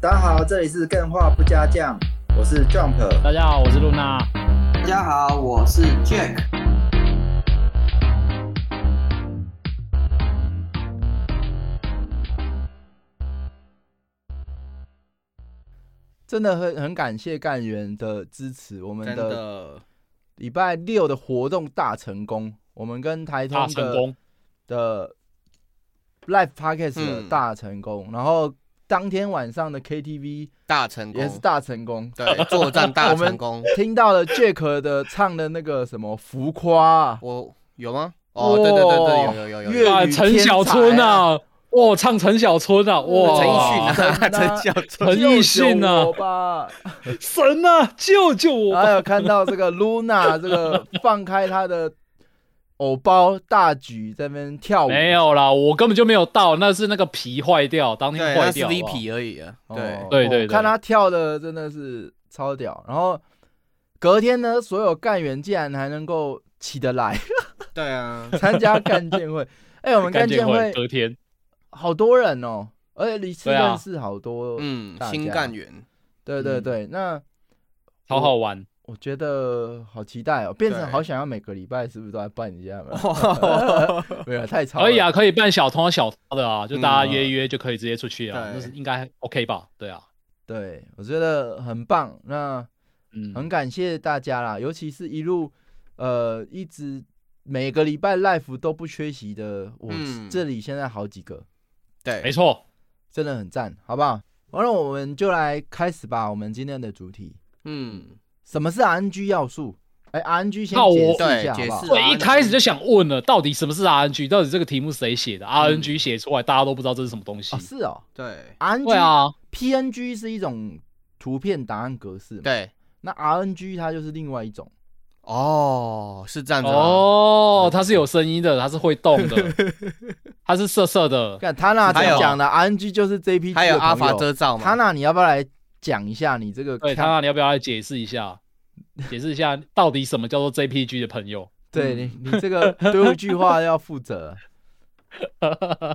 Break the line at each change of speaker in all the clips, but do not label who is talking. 大家好，这里是更画不加酱，我是 Jump。
大家好，我是露娜。
大家好，我是 Jack。
真的很很感谢干员的支持，我们
真
的
的，
礼拜六的活动大成功，我们跟台
大
通
成
的
功，
的 Live Podcast 的
嗯
大成功，然后当天晚上的 KTV
大成功，
也是大成功，
对，作战 大
我们
成功。
听到了 Jack 的唱的那个什么浮夸啊、
我有吗？哦，对对对对，
哇
有有有有
粤
有。
语
哇，陈小春啊，哇，唱陈小春啊，
陈
哇，
奕迅 啊，
哇
陈小春，
陈奕迅
啊
啊，，神啊，救救我吧！
还有看到这个 Luna 这个放开她的偶包大举在那边跳舞，
没有啦，我根本就没有到，那是那个皮坏掉，当天
对，
坏
那是
掉。好不好
VP 而已啊。对
哦，
对对对
我看他跳的真的是超屌。然后隔天呢，所有干员竟然还能够起得来
对啊，
参加干 建会。哎、我们干
干
建
见
会
隔天，
好多人哦，而且离次
对啊
认识好多。
嗯
大，家
新干员，
对对对，那
嗯超好玩。
我觉得好期待哦，变成
对
好想要每个礼拜是不是都来办一下嘛？ 没有太超了
可以啊，，可以办小通小通的啊，就大家
嗯
约一约就可以直接出去啊，
对
那是应该 OK 吧？对啊，
对我觉得很棒。那
嗯，
很感谢大家啦，尤其是一路呃一直每个礼拜 l i f e 都不缺席的，我
嗯
这里现在好几个，
对，
没错，
真的很赞，好不好？完了，我们就来开始吧。我们今天的主题，
嗯，什
什么是 RNG 要素？哎、r n g 先
那我
解释一
对
下，好不
解
好
释？啊
我一开始就想问了，到底什么是 RNG？到底这个题目谁
嗯
写的？RNG 写出来，大家都不知道这是什么东西
哦，。是哦
对
对
，RNG、
啊，
PNG 是一种图片档案格式嘛，
对，
那 RNG 它就是另外一种。
哦，是这样子啊，
哦，
嗯
它是有声音的，它是会动 的，它是色色的。
看他那
还有
讲的 RNG 就是 JPG
还有
的
阿
朋
法
友
遮罩嘛
他，那你要不要来讲一下你这个
对，
看
他那你要不要来解释一下？解释一下到底什么叫做 JPG 的朋友？
嗯
对你，你 这个对物句话要负责。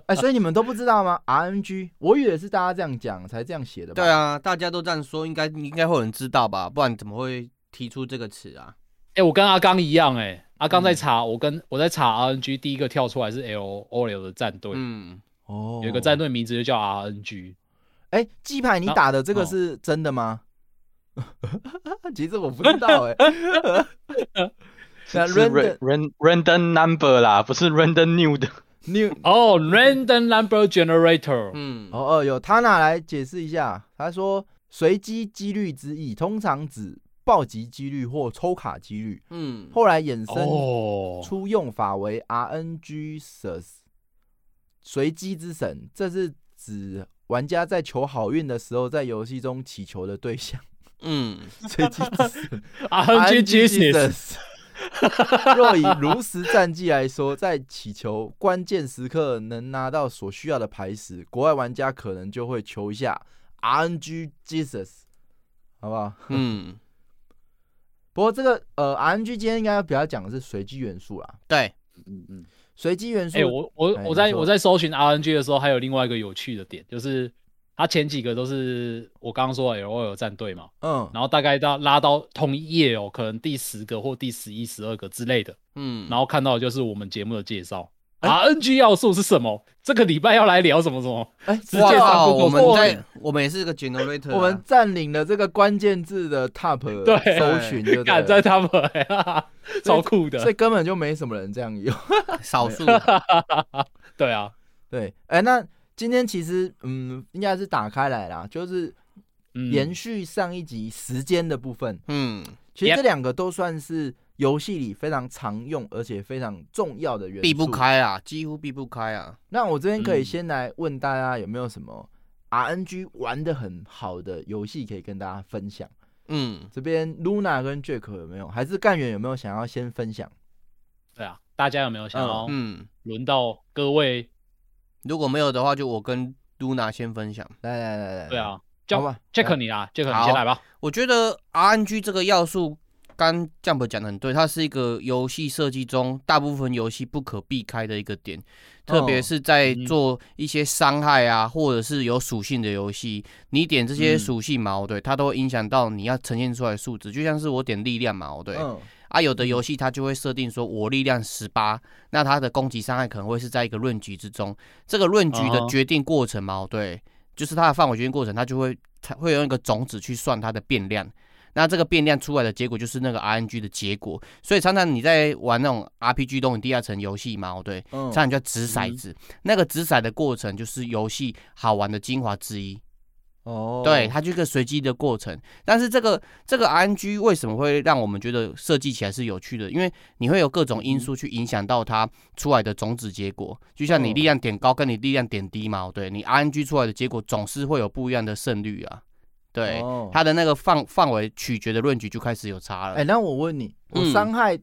哎，所以你们都不知道吗？RNG，我以为是大家这样讲才这样写的吧？
对，啊，大家都这样说，应该应该会有人知道吧？不然怎么会提出这个词啊？
哎、我跟阿刚 一样、哎，阿刚在
嗯
查，我跟我在查 RNG，第一个跳出来是 L O L 的战队，
嗯，
哦，
有一个战。队名字就叫 RNG。
哎，鸡排，你打的这个是真的 吗？啊其实我不知道哎。那
是是
random
ran- ran- random number 啦，不是 random new 的。
new
哦、r a n d o m Number Generator，、
嗯，
哦哦，有他拿来解释一下，他说随机几率之意通常指暴击几率或抽卡几率，
嗯，
后来衍生
哦，
出用法为 RNG 蛇随机之神，这是指玩家在求好运的时候在游戏中祈求的对象。
嗯，
随机之神
RNG Jesus，
Jesus 若以炉石战绩来说，在祈求关键时刻能拿到所需要的牌时，国外玩家可能就会求一下 RNG Jesus，好不好？
嗯，
不过这个呃 RNG 今天应该比较讲的是随机元素啦，
对，
嗯嗯，
随机元素
哎、我我
哎
我
你
在
说
我在搜寻 RNG 的时候，还有另外一个有趣的点，就是它前几个都是我刚刚说的 L O L 战队嘛，
嗯
然后大概到拉到同一页哦，可能第十个或第十一、十二个之类的，
嗯，哎
然后看到的就是我们节目的介绍。RNG 要素是什么？这个礼拜要来聊什么什么？
哎，直接
哇
把
靠，
Google
我们
做
在我们也是个 generator，啊、
我们占领了这个关键字的 top
对
搜寻，就对
敢在
了，
他 们、欸，超酷
所以
的。
根本就没什么人这 样用。
少数，
对啊，
对，哎，那今天其实嗯，应该是打开来啦，就是
嗯，
延续上一集时间的部分。
嗯，
其实
Yep
这两个都算是游戏里非常常用而且非常重要的元素，
避不。开啊，几乎避不开啊，
那我这边可以
嗯
先来问大家有没有什么 RNG 玩的很好的游戏可以跟大家分享？
嗯，
这边 Luna 跟 Jack 有没有，还是干员有没有想要先分享？
对啊，大家有没有想要
嗯，
轮到各位？
如果没有的话，就我跟 Luna 先分享。
来来来来，
对，啊
好吧
，Jack 你啦，Jack 你
好
先来吧。
我觉得 RNG 这个要素，刚 Jump 讲的很对，它是一个游戏设计中大部分游戏不可避开的一个点。特别是在
嗯
做一些伤害啊，或者是有属性的游戏，你点这些
嗯
属性毛对，它都会影响到你要呈现出来的数值。就像是我点力量毛对，
嗯，
啊，有的游戏它就会设定说，我力量十八，那它的攻击伤害可能会是在一个论局之中。这个论
嗯
局的
哦
决定过程嘛，对，就是它的范围决定过程，它就会它会用一个种子去算它的变量。那这个变量出来的结果就是那个 RNG 的结果，所以常常你在玩那种 RPG 动影第二层游戏嘛，哦对，
嗯
常常叫掷骰子。那个掷骰的过程就是游戏好玩的精华之一。
哦，
对，它就一个随机的过程。但是这个这个 RNG 为什么会让我们觉得设计起来是有趣的？因为你会有各种因素去影响到它出来的种子结果，就像你
嗯
力量点高跟你力量点低嘛，对你 RNG 出来的结果总是会有不一样的胜率啊。对，
哦
它的那个范范围取决的论据就开始有差了。
哎，那我问你，我
嗯
伤害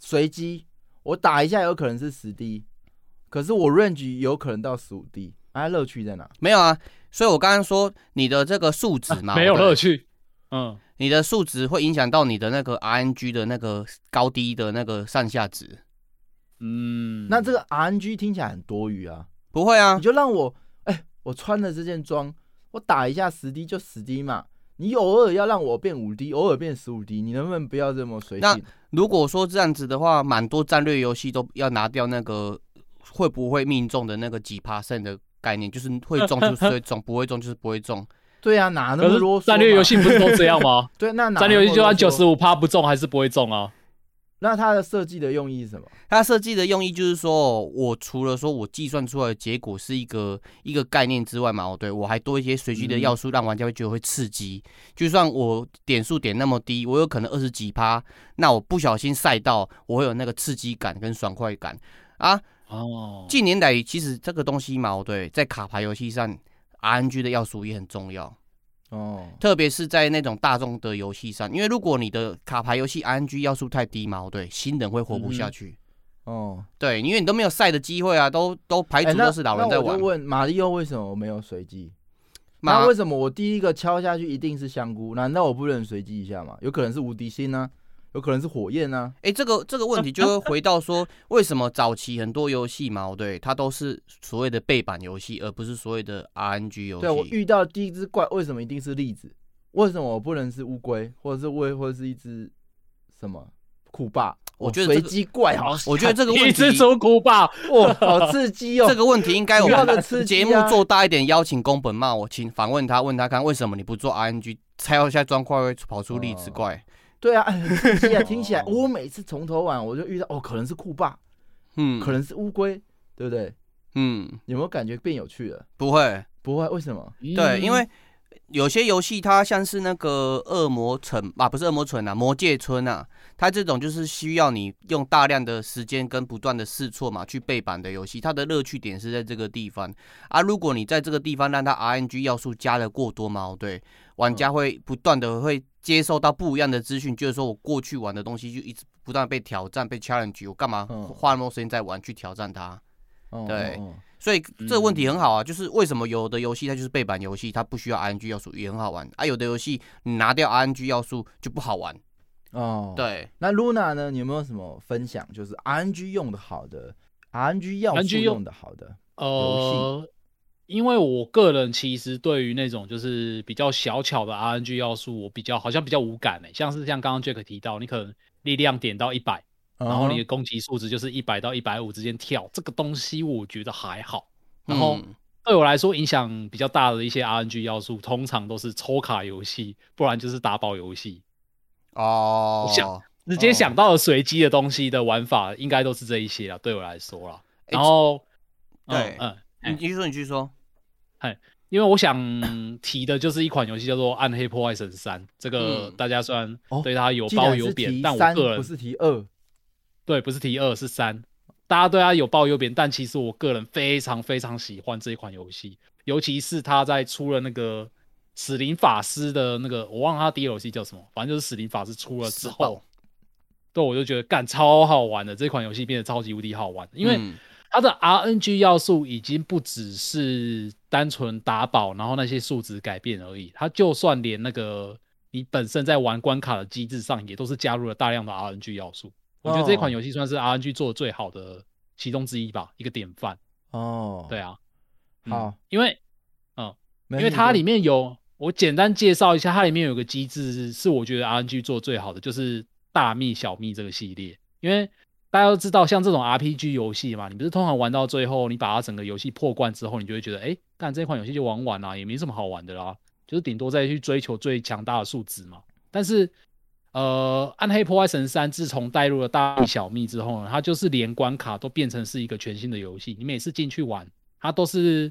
随机，我打一下有可能是十滴，可是我 range 有可能到十五滴，啊，乐趣在哪？
没有啊，所以我刚刚说你的这个数值嘛，
啊没有
对
乐趣。嗯，
你的数值会影响到你的那个 RNG 的那个高低的那个上下值。
嗯，
那这个 RNG 听起来很多余啊，
不会啊
你，就让我，哎，我穿了这件装，我打一下十滴就十滴嘛。你偶尔要让我变五滴，偶尔变十五滴，你能不能不要这么随
那
性？
如果说这样子的话，蛮多战略游戏都要拿掉那个会不会命中的那个几 percent 的概念，就是会 中就是会中，不会中就是不会中。
对啊，哪那
可
么
是
啰嗦嘛？
战略游戏不是都这样吗？
对，那哪
战略游戏就算
那么啰
九
嗦
十五趴不中还是不会中啊。
那它的设计的用意是什么？
它设计的用意就是说，哦我除了说我计算出来的结果是一个一个概念之外嘛，哦，对我还多一些随机的要素，让玩家会觉得会刺激。就算我点数点那么低，我有可能二十几趴，那我不小心赛到，我会有那个刺激感跟爽快感啊。
哦，
近年来，其实这个东西嘛，哦对，在卡牌游戏上，RNG 的要素也很重要，
哦，
特别是在那种大众的游戏上，因为如果你的卡牌游戏 RNG 要素太低嘛，哦对，新人会活不
嗯
下去。
哦，
对，因为你都没有赛的机会啊，都都牌
哎
组
那
都是老人在
那我
玩
就。问马里奥为什么没有随机？
妈
那为什么我第一个敲下去一定是香菇？难道我不能随机一下吗？有可能是无敌星呢、有可能是火焰啊呢、
哎、这个这个问题就会回到说，为什么早期很多游戏嘛，对，它都是所谓的背板游戏，而不是所谓的 RNG 游戏。
对我遇到第一只怪，为什么一定是栗子？为什么我不能是乌龟，或者是为或者是一只什么酷霸？
我
哦
觉得
随
这个
机怪好，
我觉得这个问
一
题
只中古吧，
哇，好刺激哦！
这个问题应该我
不要的刺
们
激
节
啊
目做大一点，邀请宫本茂，我请访问他，问他看为什么你不做 RNG，猜一下砖块会跑
哦
出栗子怪。
对啊，哎 很刺激啊！听起来
哦
我每次从头玩，我就遇到哦，可能是酷霸，
嗯，
可能是乌龟，对不对？
嗯
有没有感觉变有趣了？
不会，
不会，为什么？
对，因
嗯
为有些游戏它像是那个恶魔城啊，不是恶魔城啊，魔界村啊，它这种就是需要你用大量的时间跟不断的试错嘛去背板的游戏，它的乐趣点是在这个地方啊。如果你在这个地方让它 RNG 要素加的过多嘛，哦对，玩家会不断的会接受到不一样的资讯，就是说我过去玩的东西就一直不断地被挑战、被 challenge，我干嘛
嗯
花那么多时间在玩去挑战它？
哦
对
哦哦
所以这个问题很好啊，就是为什么有的游戏它就是背板游戏，它不需要 RNG 要素也很好玩啊，有的游戏你拿掉 RNG 要素就不好玩。
哦，。
对，
那 Luna 呢？你有没有什么分享？就是 RNG 用的好的，RNG 要素
RNG 用
用的好的，
呃，因为我个人其实对于那种就是比较小巧的 RNG 要素，我比较好像比较无感诶、像是像刚刚 Jack 提到，你可能力量点到一百，然后你的
嗯
攻击数值就是一百到一百五之间跳，这个东西我觉得还好。然后
嗯
对我来说影响比较大的一些 RNG 要素，通常都是抽卡游戏，不然就是打宝游戏。
哦
我，
哦
想直接想到了随机的东西的玩法，应该都是这一些啦，对我来说啦。
诶
然后，
这对
嗯，嗯
你你去说，你去说，
因为我想提的就是一款游戏叫做《暗黑破坏神三》，这个
嗯
大家虽然
哦
对它有
既
褒
然
有
是
贬，
提
但我
三
个
不
人
是提二，
对不是提二是三，大家对它有褒有贬，但其实我个人非常非常喜欢这一款游戏，尤其是它在出了那个死灵法师的那个，我忘了它 DLC 叫什么，反正就是死灵法师出了之
死
后
爆，
对我就觉得干超好玩的，这款游戏变得超级无敌好玩，因为。
嗯
它的 RNG 要素已经不只是单纯打宝，然后那些数值改变而已。它就算连那个你本身在玩关卡的机制上，也都是加入了大量的 RNG 要素。我觉得这款游戏算是 RNG 做的最好的其中之一吧，一个典范。
哦，
对，啊，嗯
好，
因为哦
没
因为
事
它
你
里面有，我简单介绍一下，它里面有个机制是是我觉得 RNG 做最好的，就是大秘小秘这个系列。因为大家都知道，像这种 RPG 游戏嘛，你不是通常玩到最后，你把它整个游戏破关之后，你就会觉得，哎，干这款游戏就玩完啦、也没什么好玩的啦，就是顶多再去追求最强大的数值嘛。但是，呃，《暗黑破坏神三》自从带入了大秘小秘之后呢，它就是连关卡都变成是一个全新的游戏，你每次进去玩，它都是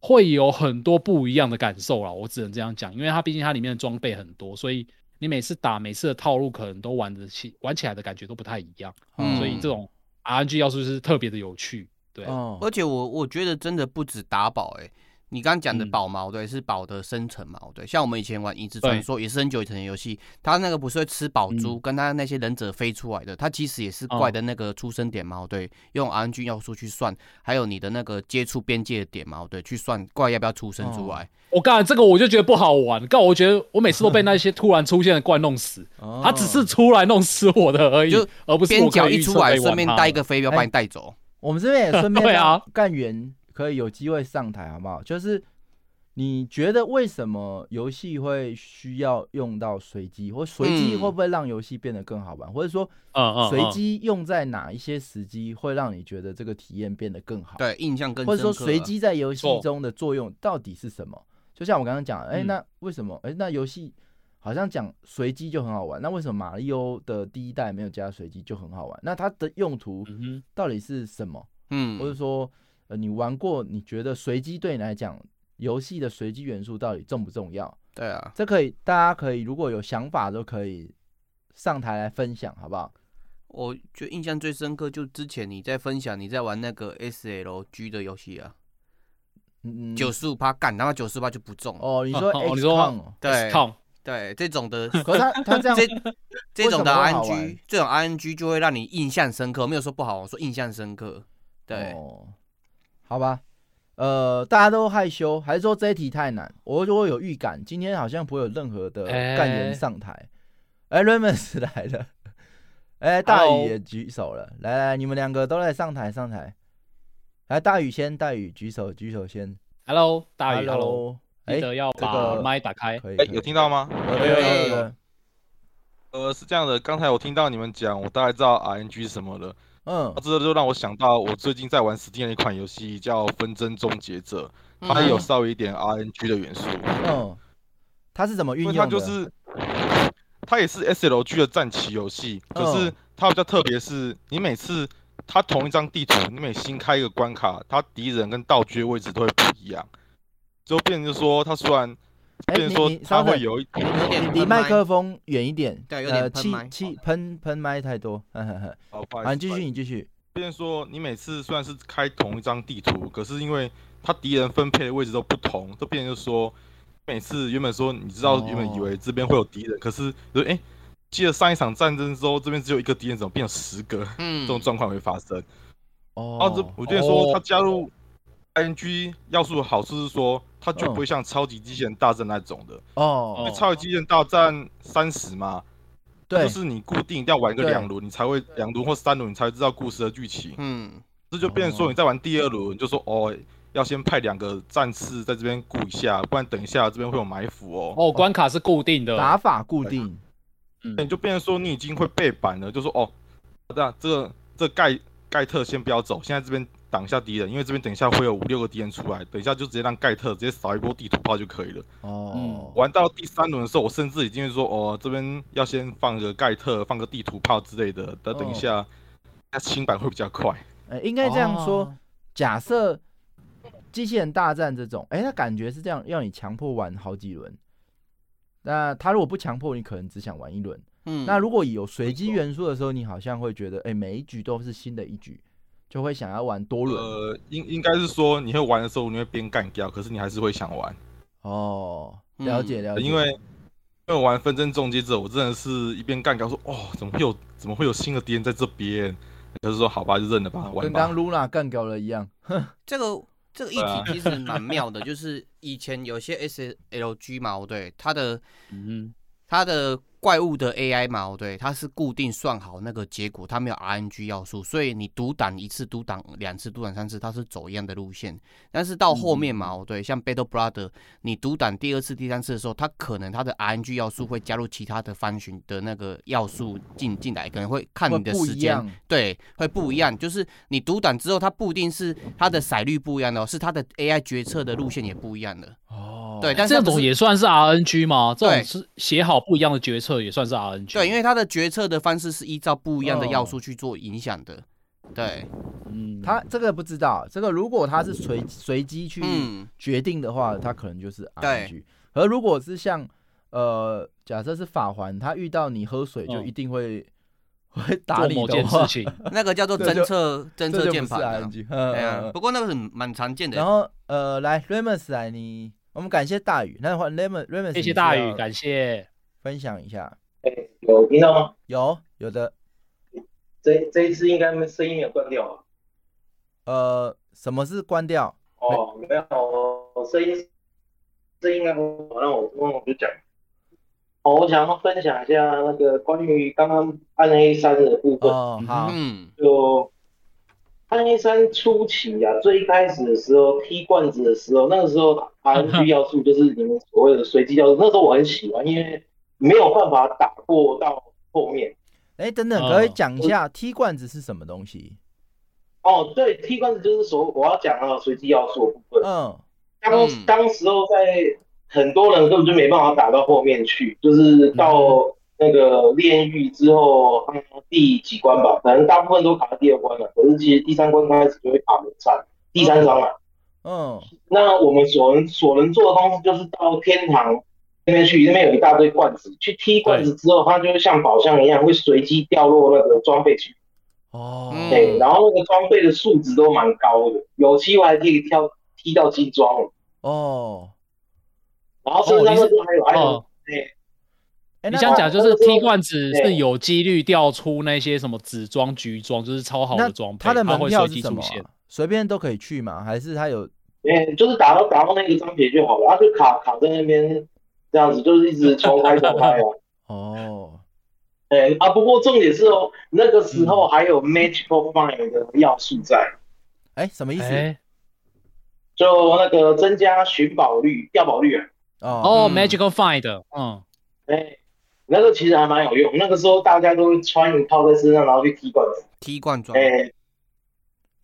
会有很多不一样的感受啦。我只能这样讲，因为它毕竟它里面的装备很多，所以你每次打每次的套路可能都玩得起，玩起来的感觉都不太一样。
嗯
所以这种 RNG 要素是特别的有趣。对，
哦
而且我我觉得真的不止打宝哎、你刚刚讲的
嗯
宝毛对，是宝的生成嘛？对，像我们以前玩《影子传说》也是很久以前的游戏，它那个不是会吃宝
嗯
珠，跟它那些忍者飞出来的，它其实也是怪的那个出生点嘛？对，用 RNG 要素去算，还有你的那个接触边界的点嘛？对，去算怪要不要出生出
哦
来。
我干这个我就觉得不好玩，干我觉得我每次都被那些突然出现的怪弄 死，
哦
他只是出来弄死我的而已，
就
而不是
边
我
角
可以
一
预
出
设
来，
可以玩
顺便
它
带一个飞镖把
哎
你带走。
我们这边也顺便
对啊
让干员可以有机会上台，好不好？就是你觉得为什么游戏会需要用到随机，或随机
嗯
会不会让游戏变得更好玩，或者说
嗯嗯
随机用在哪一些时机会让你觉得这个体验变得更好？，
对，印象更
或者说
深刻
随
了
机在游戏
错
中的作用到底是什么？就像我刚刚讲，哎、
嗯
那为什么？哎、那游戏好像讲随机就很好玩，那为什么马里欧的第一代没有加随机就很好玩？那它的用途
嗯哼
到底是什么？
嗯
或者说，呃，你玩过，你觉得随机对你来讲，游戏的随机元素到底重不重要？
对啊，
这可以，大家可以如果有想法都可以上台来分享，好不好？
我就印象最深刻，就之前你在分享你在玩那个 SLG 的游戏啊，
嗯，
九十五趴干他妈九十五趴就不中，
哦，你说
哦
X
哦你说
对
，com
对，这种的
可是他他这样
这这种的
为什么会好玩
RNG，这种 RNG 就会让你印象深刻，我没有说不好，我说印象深刻，对，
哦，好吧，呃，大家都害羞，还是说这一题太难？我就会有预感，今天好像不会有任何的
哎
干员上台。哎、r a y m o n d 来了， 哎、大
Hello
宇也举手了，来来，你们两个都来上台上台。来，大宇先，大宇举手，举手先。
Hello 大宇 Hello，
Hello，哎、
记得要
这
把
个
麦打开。
可以，
哎，
可以
有听到吗？
有有有有有，
呃，是这样的，刚才我听到你们讲，我大概知道 RNG 是什么了。
嗯
那，这就让我想到，我最近在玩 Steam 的一款游戏叫《纷争终结者》，
嗯
它也有稍微一点 RNG 的元素，
嗯，他是怎么运
因为
用
它
的？
就是它也是 SLG 的战棋游戏，可是
嗯
它比较特别是，你每次它同一张地图，你每新开一个关卡，它敌人跟道具的位置都会不一样，就变成说它虽然
哎
变成说
你你
它
稍等
会有一
哎有点
离
喷
麦
麦
克风远一点，
对有点
呃
喷
气
麦
气喷喷麦太多， 呵呵呵。
好不好意思
啊，你继
不好意
续，
思
你继续。
变成说你每次虽然是开同一张地图，可是因为它敌人分配的位置都不同，都变成说每次原本说你知道
哦
原本以为这边会有敌人，可是就哎、诶记得上一场战争之后，这边只有一个敌人，怎么变成十个？
嗯
这种状况会发生。
哦，
然后这我觉得说它加入 ING 要素的好处是说，它就不会像超级机器人大战那种的，因
哦，
为
哦
超级机器人大战三十嘛，
对
就，是你固定一定要玩个
对
两轮，你才会两轮或三轮，你才会知道故事的剧情。
嗯
这就变成
哦
说你在玩第二轮，你就说哦，要先派两个战士在这边顾一下，不然等一下这边会有埋伏哦。
哦，关卡是固定的，
打法固定，
嗯
啊你就变成说你已经会背板了，就说哦，那这个这个盖盖特先不要走，现在这边挡一下敌人，因为这边等一下会有五六个敌人出来，等一下就直接让盖特直接扫一波地图炮就可以了。
哦，
玩到第三轮的时候，我甚至已经会说哦，这边要先放个盖特，放个地图炮之类的，等等一
哦
下，那清版会比较快。
呃，应该这样说
哦，
假设机器人大战这种，哎，它感觉是这样，要你强迫玩好几轮。那他如果不强迫你，可能只想玩一轮。
嗯，
那如果有随机元素的时候，你好像会觉得，哎，每一局都是新的一局，就会想要玩多轮。
呃，应应该是说你会玩的时候，你会边干掉，可是你还是会想玩。
哦，
呃
了解了解，
嗯因为因为我玩纷争终结者，我真的是一边干掉说，哦，怎么会有怎么会有新的敌人在这边？就是说，好吧，就认了吧，玩
跟刚
吧。
Luna 干掉了一样。
这个这个议
对啊
题其实蛮妙的，就是以前有些 SLG 哦嘛，对，它的
嗯
它的怪物的 AI 嘛，对，它是固定算好那个结果，它没有 RNG 要素，所以你读档一次、读档两次、读档三次，它是走一样的路线。但是到后
嗯
面嘛，哦对，像 Battle Brother，你读档第二次、第三次的时候，它可能它的 RNG 要素会加入其他的翻寻的那个要素进进来，可能会看
会
你的
不
时
一
间，
样，
对，会不一样。就是你读档之后，它不一定是它的骰率不一样的哦，是它的 AI 决策的路线也不一样的。
哦，
对，但是它
这
不
种
是
也算是 RNG 吗？这
对
种是写好不一样的决策也算是 RNG。
对，因为它的决策的方式是依照不一样的要素
哦
去做影响的。对，
嗯，
他这个不知道，这个如果他是随随机去
嗯，
决定的话，他可能就是
对
RNG。而如果是像呃，假设是法环，他遇到你喝水就
嗯
一定会、 会打
做
你
某
的
件
话
事，情，
那个叫做
这就
侦测侦
这
测
就不
键
是
盘啊。
RNG 嗯。
哎呀
嗯嗯
不过那个是蛮常见的。
然后呃，来 Remus 来你，我们感谢大宇，那换 Remus
谢
Remus 你
谢
是
大
要
宇，感谢。
分享一下，
哎，有听到吗？
有有的
这这一次应该声音没有断掉啊吧？
呃，什么是关掉？
哦，没有，我声音声音该不好，那我那我就讲。哦，我想要分享一下那个关于刚刚暗黑三的部分。
哦，好，
嗯，
就暗黑三初期啊，最一开始的时候踢罐子的时候，那个时候 RNG 要素就是你们所谓的随机要素，那时候我很喜欢，因为没有办法打过到后面。
哎，等等，
嗯
可以讲一下踢罐子是什么东西？
哦，对，踢罐子就是所我要讲到随机要素的部分。
嗯，
当
嗯
当时候在很多人根本就没办法打到后面去，就是到那个炼狱之后、嗯第几关吧，反正大部分都卡到第二关了。可是其实第三关开始就会卡门山，第三章了。
嗯，
那我们所能所能做的方式就是到天堂那边去，那边有一大堆罐子，去踢罐子之后，它就会像宝箱一样会随机掉落那个装备区，
哦，
嗯
对，然后那个装备的数值都蛮高的，有机会还可以跳踢到金装了。
哦，
然后身上那时候还有 item
哦，
哎，
你
那
想讲就是踢罐子是
对
有几率掉出那些什么紫装、橘装，就是超好
那
的装备，
他的门
会
票
随
是
机
什
出
么
现。
啊？随便都可以去吗？还是他有？
嗯，就是打到打到那个章节就好了，他啊就卡卡在那边这样子，就是一直重开重开啊。
哦，
哎啊，不过重点是哦，那个时候还有 magical find 的要素在，
哎，什么意思？
哎，
就那个增加寻宝率、掉宝率啊。
哦，
哦
嗯
，Magical Find，嗯，
哎，那个其实还蛮有用。那个时候大家都穿一套在身上，然后去踢馆子。
踢罐装。
哎，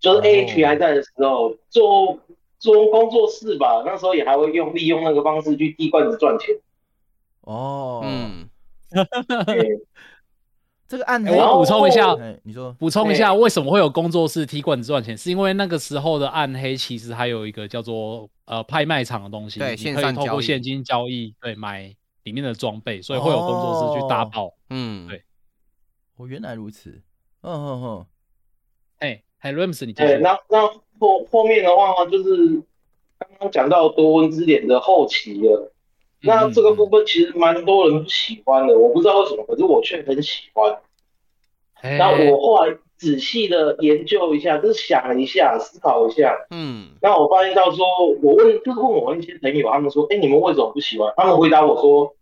就是 A H 还在的时候，做做工作室吧，那时候也还会用利用那个方式去踢罐子赚钱。
哦，嗯，
嗯，
哎
这个暗
哎
黑，
我要补充一下，
哎，你说，
补充一
对
下，为什么会有工作室踢罐子赚钱？是因为那个时候的暗黑其实还有一个叫做呃拍卖场的东西，
对
你
线
可以
上
透
交
过
易
现金交易对买里面的装备，所以会有工作室去搭
哦
爆。
嗯，
对
哦，原来如此，嗯哼哼，
哎、哎 r a m s 你继续
对，那那后后面的话就是刚刚讲到多温之脸的后期了，那这个部分其实蛮多人不喜欢的，我不知道为什么，可是我却很喜欢。
哎
那我后来仔细的研究一下，就是想了一下，思考一下，
嗯，
那我发现到说，我问就是问我一些朋友，他们说，哎，你们为什么不喜欢？他们回答我说，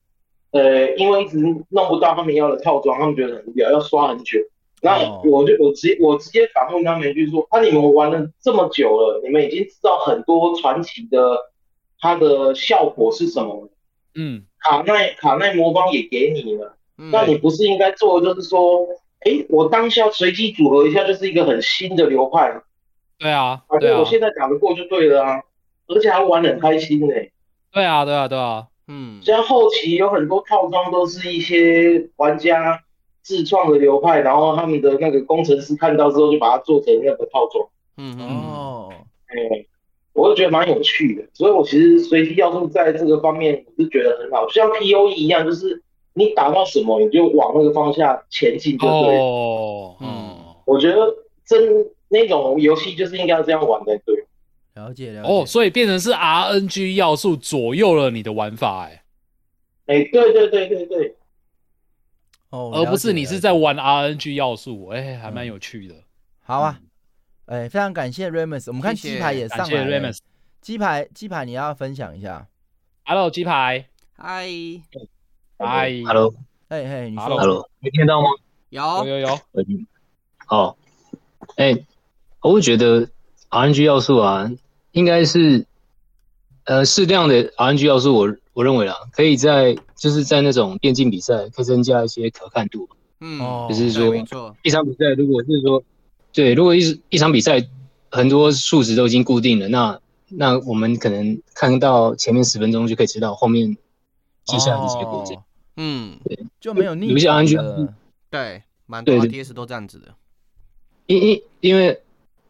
呃，因为一直弄不到他们要的套装，他们觉得很无聊，要刷很久。那
哦
我就我直接我直接反问他们一句说，啊，你们玩了这么久了，你们已经知道很多传奇的它的效果是什么了，
嗯，
卡耐卡耐魔方也给你了。
嗯
那你不是应该做的就是说，哎，我当下随机组合一下，就是一个很新的流派，
对啊，
反
对
正
啊
我，现在打得过就对了啊，而且还玩得很开心呢、
对啊，对啊，对啊，
嗯
虽然后期有很多套装都是一些玩家自创的流派，然后他们的那个工程师看到之后就把它做成那个套装，
嗯嗯，
哦，
哎、我就觉得蛮有趣的。所以我其实随机要素在这个方面我是觉得很好，就像 P O E 一样，就是你打到什么你就往那个方向前进就对了。
哦，
嗯
嗯，
我觉得真那种游戏就是应该这样玩才对。
了解了解，
哦，所以变成是 RNG 要素左右了你的玩法、哎，
哎、对对对对对，
哦，
而
了
不是
解
你
了
是
解嗯
在玩 RNG 要素，哎、还蛮有趣的。
好啊，哎，非常感谢 Remus，我们看
谢谢
鸡排也
感
上
谢
来了
Remus。
鸡排鸡排你要分享一下，
Hello，鸡排，
嗨，
嗨
Hello，
嘿嘿，你说
哎 Hello
Hello，没听得到吗？
有
有
有有，
我已经好，哎、我会觉得 RNG 要素啊，应该是呃适量的 RNG 要素我，我认为啊，可以在就是在那种电竞比赛，可以增加一些可看度。
嗯，
哦，
就
对，
是说
没错，
一场比赛如果是说，对，如果一一场比赛很多数值都已经固定了，那那我们可能看到前面十分钟就可以知道后面接下来的结果这样。
哦
嗯，
就没有逆
有一些
转
RNG
的
对，蛮多
对
RTS 都这样子的，
因因因为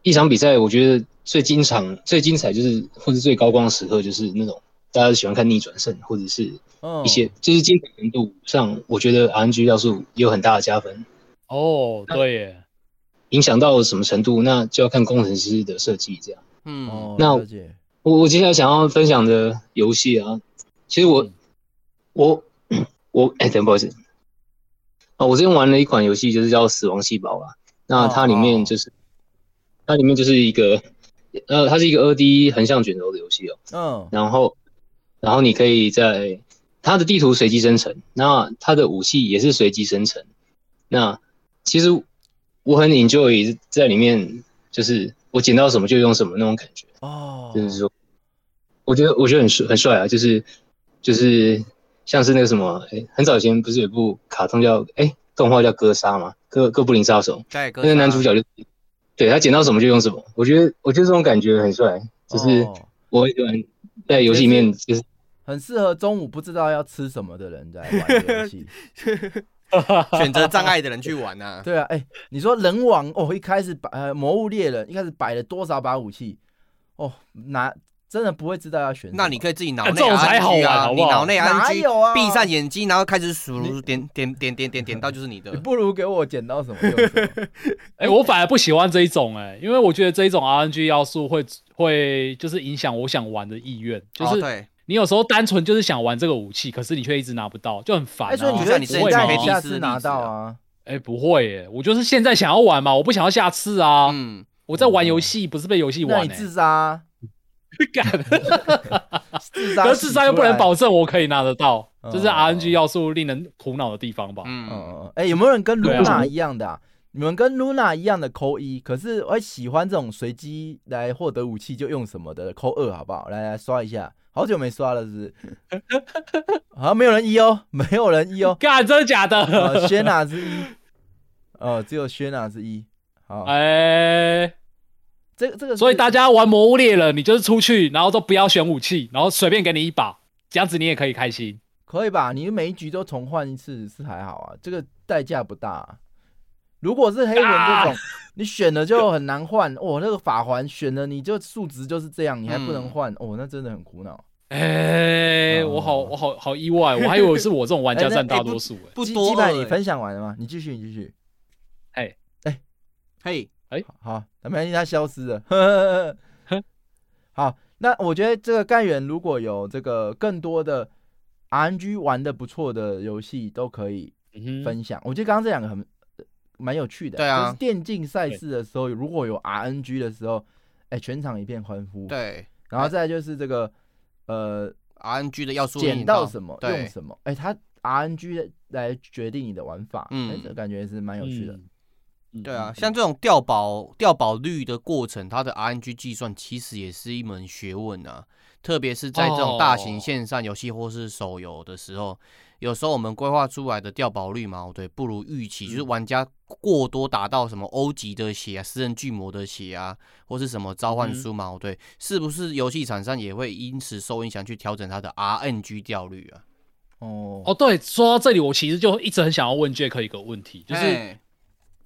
一场比赛，我觉得最经常、最精彩就是，或者最高光的时刻就是那种大家喜欢看逆转胜，或者是
哦
嗯
一些、就是精彩程度上，我觉得 RNG 要素也有很大的加分。
哦，对耶，
影响到什么程度，那就要看工程师的设计。这样，
嗯，
哦，
那
了解
我我接下来想要分享的游戏啊，其实我、
嗯
我我哎、等不好意思啊，我之前玩了一款游戏，就是叫《死亡细胞》啊。那它里面就是、它里面就是一个呃，它是一个二 D 横向卷轴的游戏哦。
嗯
然后然后你可以在它的地图随机生成，那它的武器也是随机生成。那其实我很 enjoy 在里面，就是我捡到什么就用什么那种感觉，
哦，
就是说，我觉得我觉得很帅很帅啊，就是就是像是那个什么，哎，很早以前不是有一部卡通叫哎动画叫《哥杀》嘛，《哥哥布林杀手》，
盖哥，
那个男主角就对他捡到什么就用什么，我觉得我觉得这种感觉很帅，就是。
哦
我很喜欢在游戏里面，就是
很适合中午不知道要吃什么的人在玩这个游戏。
选择障碍的人去玩啊，
对啊，哎、你说人王哦，一开始摆呃魔物猎人一开始摆了多少把武器哦，拿真的不会知道要选什么。
那你可以自己脑内
哎这种才好
RNG
玩
啊，
好不
你
好
脑内
哪
RNG，
有啊
闭上眼睛，然后开始数，点点点点点点到就 是你的
你，不如给我捡到什么用什么
哎、我反而不喜欢这一种哎、因为我觉得这一种 RNG 要素会会就是影响我想玩的意愿，就
哦
是
对，
你有时候单纯就是想玩这个武器，可是你却一直拿不到，就很烦、啊。
哎、所以你
就
觉得
像你
期
之前
待
讲
你
黑
下
帝斯
次
的
拿
例子
到
啊
啊？
哎、不会耶、我就是现在想要玩嘛，我不想要下次啊。
嗯，
我在玩游戏，不是被游戏
那
玩、
你
欸。
自杀啊，
干，
自杀，
可是自杀又不能。保证我可以拿得到，
嗯
这是 RNG 要素令人苦恼的地方吧？
嗯
哦嗯，
嗯，嗯哎、有没有人跟
对啊
Luna 一样的、啊？你们跟 Luna 一样的扣一，可是我喜欢这种随机来获得武器就用什么的扣二，好不好？来来刷一下，好久没刷了，是不 是？好像没有人一哦， 没有人一哦。
干，真的假的？
呃，轩娜之一，呃，只有轩娜之一。好，
哎、
这个这个是，
所以大家玩《魔物猎人》，你就是出去，然后都不要选武器，然后随便给你一把，这样子你也可以开心。
可以吧？你每一局都重换一次是还好啊，这个代价不大啊、如果是黑人这
啊
种，你选了就很难换。哦，那个法环选了你就数值就是这样，你还不能
嗯
换，哦，那真的很苦恼。
哎、
哦
我好，我好好意外，我还以为是我这种玩
哎
家
那
占
哎
大
不
多数、欸。
不
鸡
多
鸡排，
欸，
你分享完了吗？哎你继续，你继续。
哎
哎
嘿，
好，没关系，它消失了。 呵呵呵好，那我觉得这个干员如果有这个更多的 RNG 玩的不错的游戏，都可以
嗯哼，
分享。我觉得刚刚这两个很呃蛮有趣的，
对啊
就是电竞赛事的时候，如果有 RNG 的时候，哎，全场一片欢呼。，
对
然后再来就是这个呃，
，RNG 的要素
捡到什么
对
用什么，哎，它 RNG 来决定你的玩法，
嗯
哎，这感觉是蛮有趣的
嗯。嗯
对啊，像这种掉保掉保率的过程，它的 RNG 计算其实也是一门学问啊。特别是在这种大型
哦
线上游戏或是手游的时候，有时候我们规划出来的掉保率嘛，对，不如预期，
嗯
就是玩家过多打到什么欧级的血啊、私人巨魔的血啊，或是什么召
嗯
唤书嘛，对，是不是游戏厂商也会因此受影响去调整它的 RNG 掉率啊？
哦
哦，对，说到这里，我其实就一直很想要问 Jack 一个问题，就是
嘿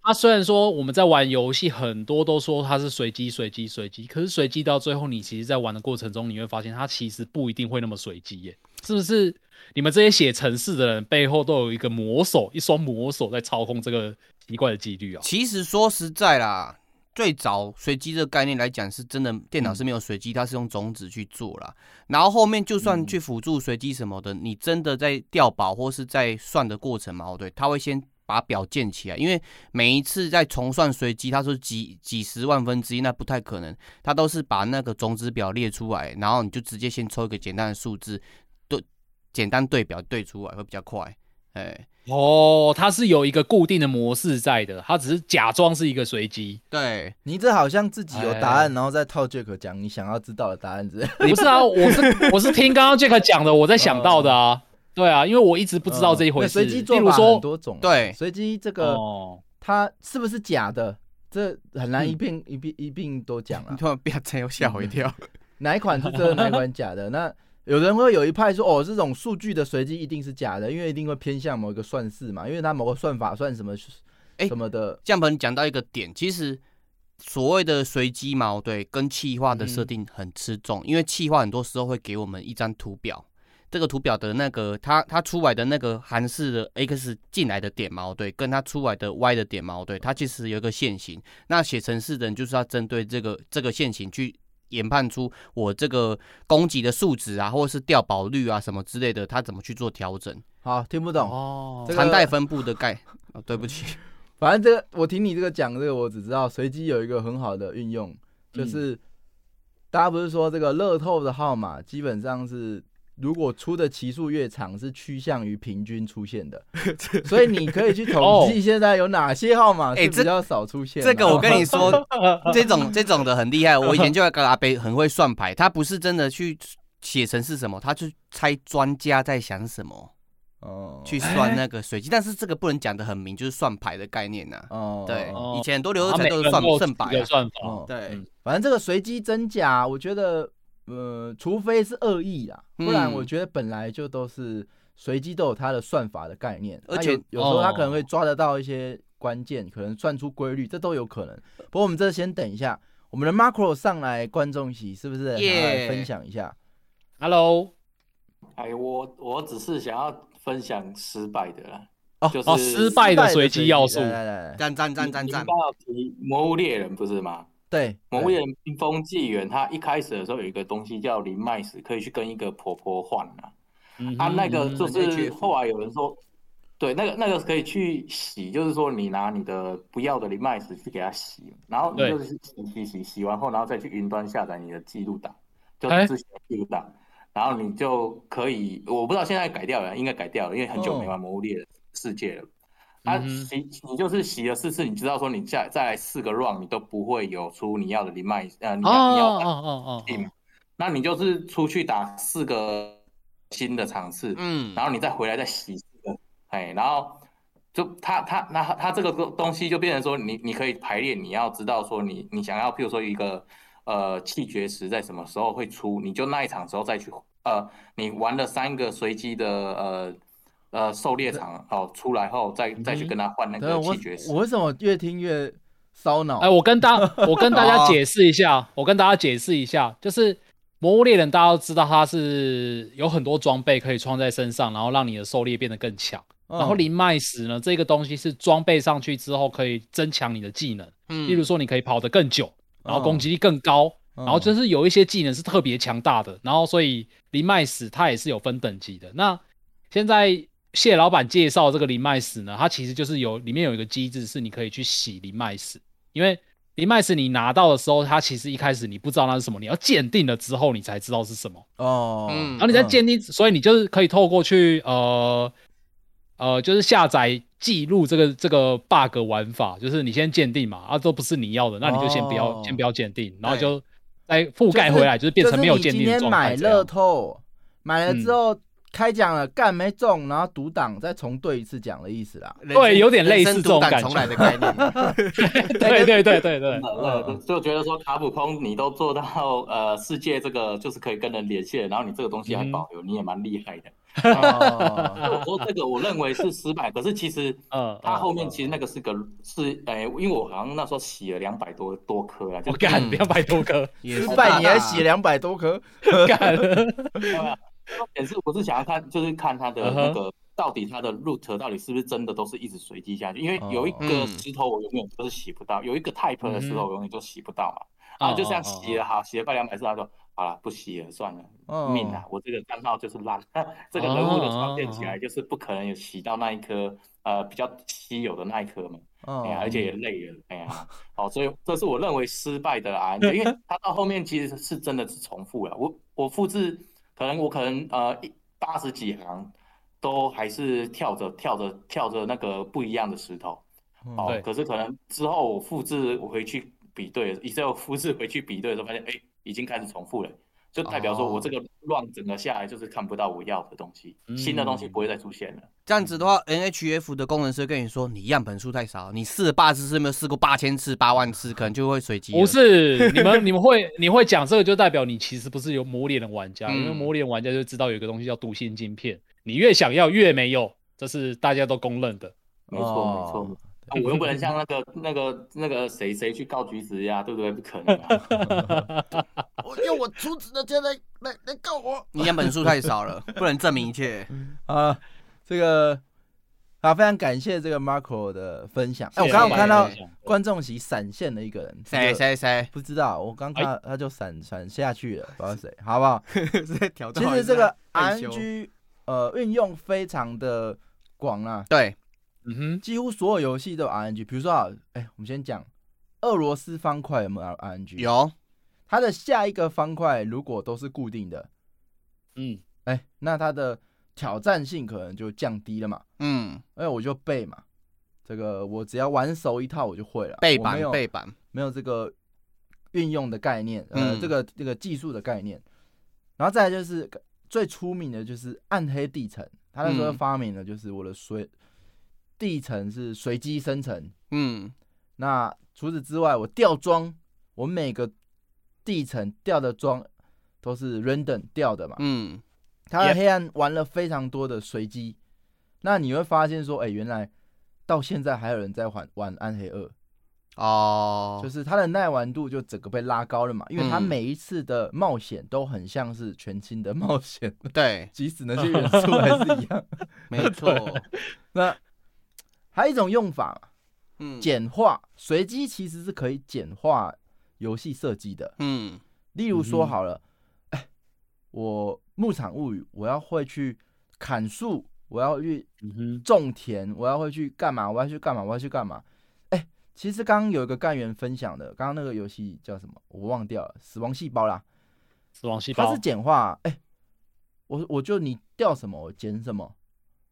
他啊虽然说我们在玩游戏，很多都说它是随机、随机、随机，可是随机到最后，你其实在玩的过程中，你会发现它其实不一定会那么随机耶，是不是？你们这些写程式的人背后都有一个魔手，一双魔手在操控这个奇怪的几率啊。
其实说实在啦，最早随机这个概念来讲，是真的电脑是没有随机，它是用种子去做啦。然后后面就算去辅助随机什么的，你真的在调保或是在算的过程嘛，哦对，它会先。把表建起来，因为每一次在重算随机，它说几几十万分之一，那不太可能。它都是把那个种子表列出来，然后你就直接先抽一个简单的数字，对，简单对表对出来会比较快。哎，
哦，它是有一个固定的模式在的，它只是假装是一个随机。
对，哎
你这好像自己有答案，然后再套 Jack 讲你想要知道的答案之类。
不是啊，我是我是听刚刚 Jack 讲的，我在想到的
哦
啊。对啊，因为我一直不知道这一回
那
事。
呃随机做
例如
法
说
很，多种啊，
对
随机这个
哦，
它是不是假的，这很难一
嗯
并一并一并都讲
你
了。
突然变成又吓我一跳。
哪一款是真的，哪一款假 的？那有人会有一派说，哦，这种数据的随机一定是假的，因为一定会偏向某一个算式嘛，因为它某个算法算什么
哎
什么的。
酱盆讲到一个点，其实所谓的随机矛对跟气化的设
嗯
定很吃重，因为气化很多时候会给我们一张图表，这个图表的那个它它出来的那个韩式的 x 进来的点矛对，跟它出来的 y 的点哦矛对，它其实有一个线型。那写程式的人就是要针对这个这个线型去。研判出我这个供给的数值啊，或者是调保率啊什么之类的，它怎么去做调整？
好，听不懂。
哦
这，个
常态分布的概、哦，对不起，
反正这个我听你这个讲，这个我只知道随机有一个很好的运用，
嗯
就是、大家不是说这个乐透的号码基本上是。如果出的期数越长，是趋向于平均出现 的，所以你可以去统计现在有哪些号码
哦哎
是
这
比较少出现的、
这个我跟你 说，这种这种的很厉害。我以前就有个阿伯很会算牌，他不是真的去写成是什么，他去猜专家在想什么，
哦
去算那个随机。但是这个不能讲的很明，就是算牌的概念呐、啊
哦，
对
哦，
以前很多留
它
学
每
生都
个
是
人
算
都有自
算牌
己的
啊，
算法。
哦
对
嗯，
反正这个随机真假，我觉得呃，除非是恶意啦，
嗯
不然我觉得本来就都是随机都有它的算法的概念，
而
它
且
有有时候它
哦
可能会抓得到一些关键，可能算出规律，这都有可能。不过我们这先等一下，我们的 Macro 上来观众席是不是
耶
拿来分享一下？
Hello，
哎，我我只是想要分享失败的啦，
哦
就是
哦失败的随机要素
来来来，来
赞赞赞
你
赞
你
赞
刚，好提魔物猎人不是吗？
对，
魔物猎人冰封纪元，它一开始的时候有一个东西叫灵脉石，可以去跟一个婆婆换啊。
嗯
啊，
哼
那个
嗯
就
嗯那
是
确实
后来有人说，对，那个那个可以去洗，就是说你拿你的不要的灵脉石去给它洗，然后你
对
就是洗洗洗洗完后，然后再去云端下载你的记录档，就
哎
自己的记录档，然后你就可以，我不知道现在改掉了，应该改掉了，因为很久
哦
没玩魔物猎人世界了。啊，
嗯哼
洗你就是洗了四次，你知道说你下再来四个 round 你都不会有出你要的灵脉，呃，你
哦
要、你要
哦
打
哦哦
地嘛，那你就是出去打四个新的场次，
嗯
然，后你再回来再洗四个，哎，然后就他他那他他这个东东西就变成说你你可以排列，你要知道说你你想要，譬如说一个呃气绝石在什么时候会出，你就那一场时候再去呃，你玩了三个随机的呃呃狩猎场哦出来后再再去跟他换那
等一下
个
我
气绝石
我。为什么越听越烧脑？
哎，我跟 大我跟大家
哦
解释一下，我跟大家解释一下，就是《魔物猎人》，大家都知道它是有很多装备可以穿在身上，然后让你的狩猎变得更强。
嗯
然后灵脉石呢，这个东西是装备上去之后可以增强你的技能，例如
嗯，
说你可以跑得更久，然后
嗯
攻击力更高，
嗯
然后就是有一些技能是特别强大的，然后所以灵脉石它也是有分等级的。那现在谢老板介绍这个灵脉石呢，它其实就是有里面有一个机制是你可以去洗灵脉石，因为灵脉石你拿到的时候，它其实一开始你不知道那是什么，你要鉴定了之后你才知道是什么。
哦，
嗯
啊然后你在鉴定，所以你就是可以透过去呃呃，就是下载记录这个这个 bug 玩法，就是你先鉴定嘛，啊，都不是你要的，那你就先不要、
哦
先不要鉴定，然后
对
就再覆盖回来，就是变成没有鉴定
就是你
的
今天
状
买
态这样。嗯
乐透，买了之后开奖了，干没中，然后独挡再重对一次奖的意思啦。
人生
对有点类似
人生
这种
独挡
感
重
觉
来的概 念，嗯
对对对对对，
呃，就觉得说卡普空你都做到呃世界这个就是可以跟人连线，然后你这个东西
嗯
还保留，你也蛮厉害的。
哦，
我说这个我认为是失败，可是其实
嗯
它后面其实那个是个是哎，因为我好像那时候洗了两百多多颗啊，就
我干两百多颗，
嗯也
失
是
败你还洗
洗，
两百 多颗，
干
重点是我是想要看，就是看它的
嗯哼
那个到底它的 root 到底是不是真的都是一直随机下去，因为有一
嗯
个石头我永远都是洗不到，有一个 type
嗯
的石头我永远都洗不到嘛。然
啊
后就这样洗了，好，洗了快两百次，他说好了，不洗了，算了，
哦
命啊，我这个账号就是烂， 这个人物的创建
哦
起来就是不可能有洗到那一颗呃比较稀有的那一颗嘛，哎呀，而且也累了，哎呀，好，所以这是我认为失败的啊，因为他到后面其实是真的是重复了，我我复制可能我可能呃一八十几行。都还是跳着跳着跳着那个不一样的石头。
嗯
哦
对，
可是可能之后我复制回去比对，一再复制回去比对的时候，发现哎、诶已经开始重复了，就代表说我这个乱整个下来就是看不到我要的东西，新的东西不会再出现了。
这样子的话，NHF 的工程师跟你说，你样本数太少，你试了八十次，没有试过八千次、八万次，可能就会随机了。
不是你们，你们会你会讲这个，就代表你其实不是有磨脸的玩家，因为
嗯
磨脸玩家就知道有一个东西叫读心晶片，你越想要越没有，这是大家都公认的。
没错，没错。
哦
啊我又不能像那个、那个、那个谁谁去告橘子呀，对不对？不可能、啊。
我哦用我出纸的钱来来来告我。你 样本数太少了，不能证明 一切。
啊，这个啊，非常感谢这个 Marco 的分享。哎、我
谢谢
刚刚有看到
谢
谢
观众席闪现了一个人，
谁
这个
谁谁
不知道，我
哎
刚看到他就闪闪下去了，不知道是谁，好不 好？
在挑
其实这个 RNG 呃运用非常的广啊，
对，
嗯哼，
几乎所有游戏都有 RNG。比如说啊，哎、我们先讲俄罗斯方块有没有 RNG？，
有
它的下一个方块如果都是固定的，
嗯，
哎、那它的挑战性可能就降低了嘛。
嗯，
哎，我就背嘛，这个我只要玩熟一套我就会了，
背
我没有
板背板，
没有这个运用的概念，呃，
嗯
这个这个技术的概念。然后再来就是最出名的就是暗黑地层，他那时候
嗯
发明的就是我的随、地层是随机生成。
嗯
那除此之外，我吊装，我每个地层吊的装都是 random 吊的嘛，
嗯，
他的
Yep
黑暗玩了非常多的随机，那你会发现说，哎、原来到现在还有人在玩玩暗黑二，
哦，
就是是它的耐玩度就整个被拉高了嘛，因为它
嗯
每一次的冒险都很像是全新的冒险，
对，
即使那些元素还是一样。
没错，
那还有一种用法嘛，
嗯，
简化随机其实是可以简化游戏设计的，
嗯
例如说
嗯哼
好了，哎、我牧场物语，我要会去砍树，我要去
嗯哼，
种田，我要会去干嘛？我要去干嘛？我要去干嘛？哎、其实刚刚有一个干员分享的，刚刚那个游戏叫什么？我忘掉了，死亡细胞啦，
死亡细
它
胞
是简化。哎、我我就你掉什么我捡什么，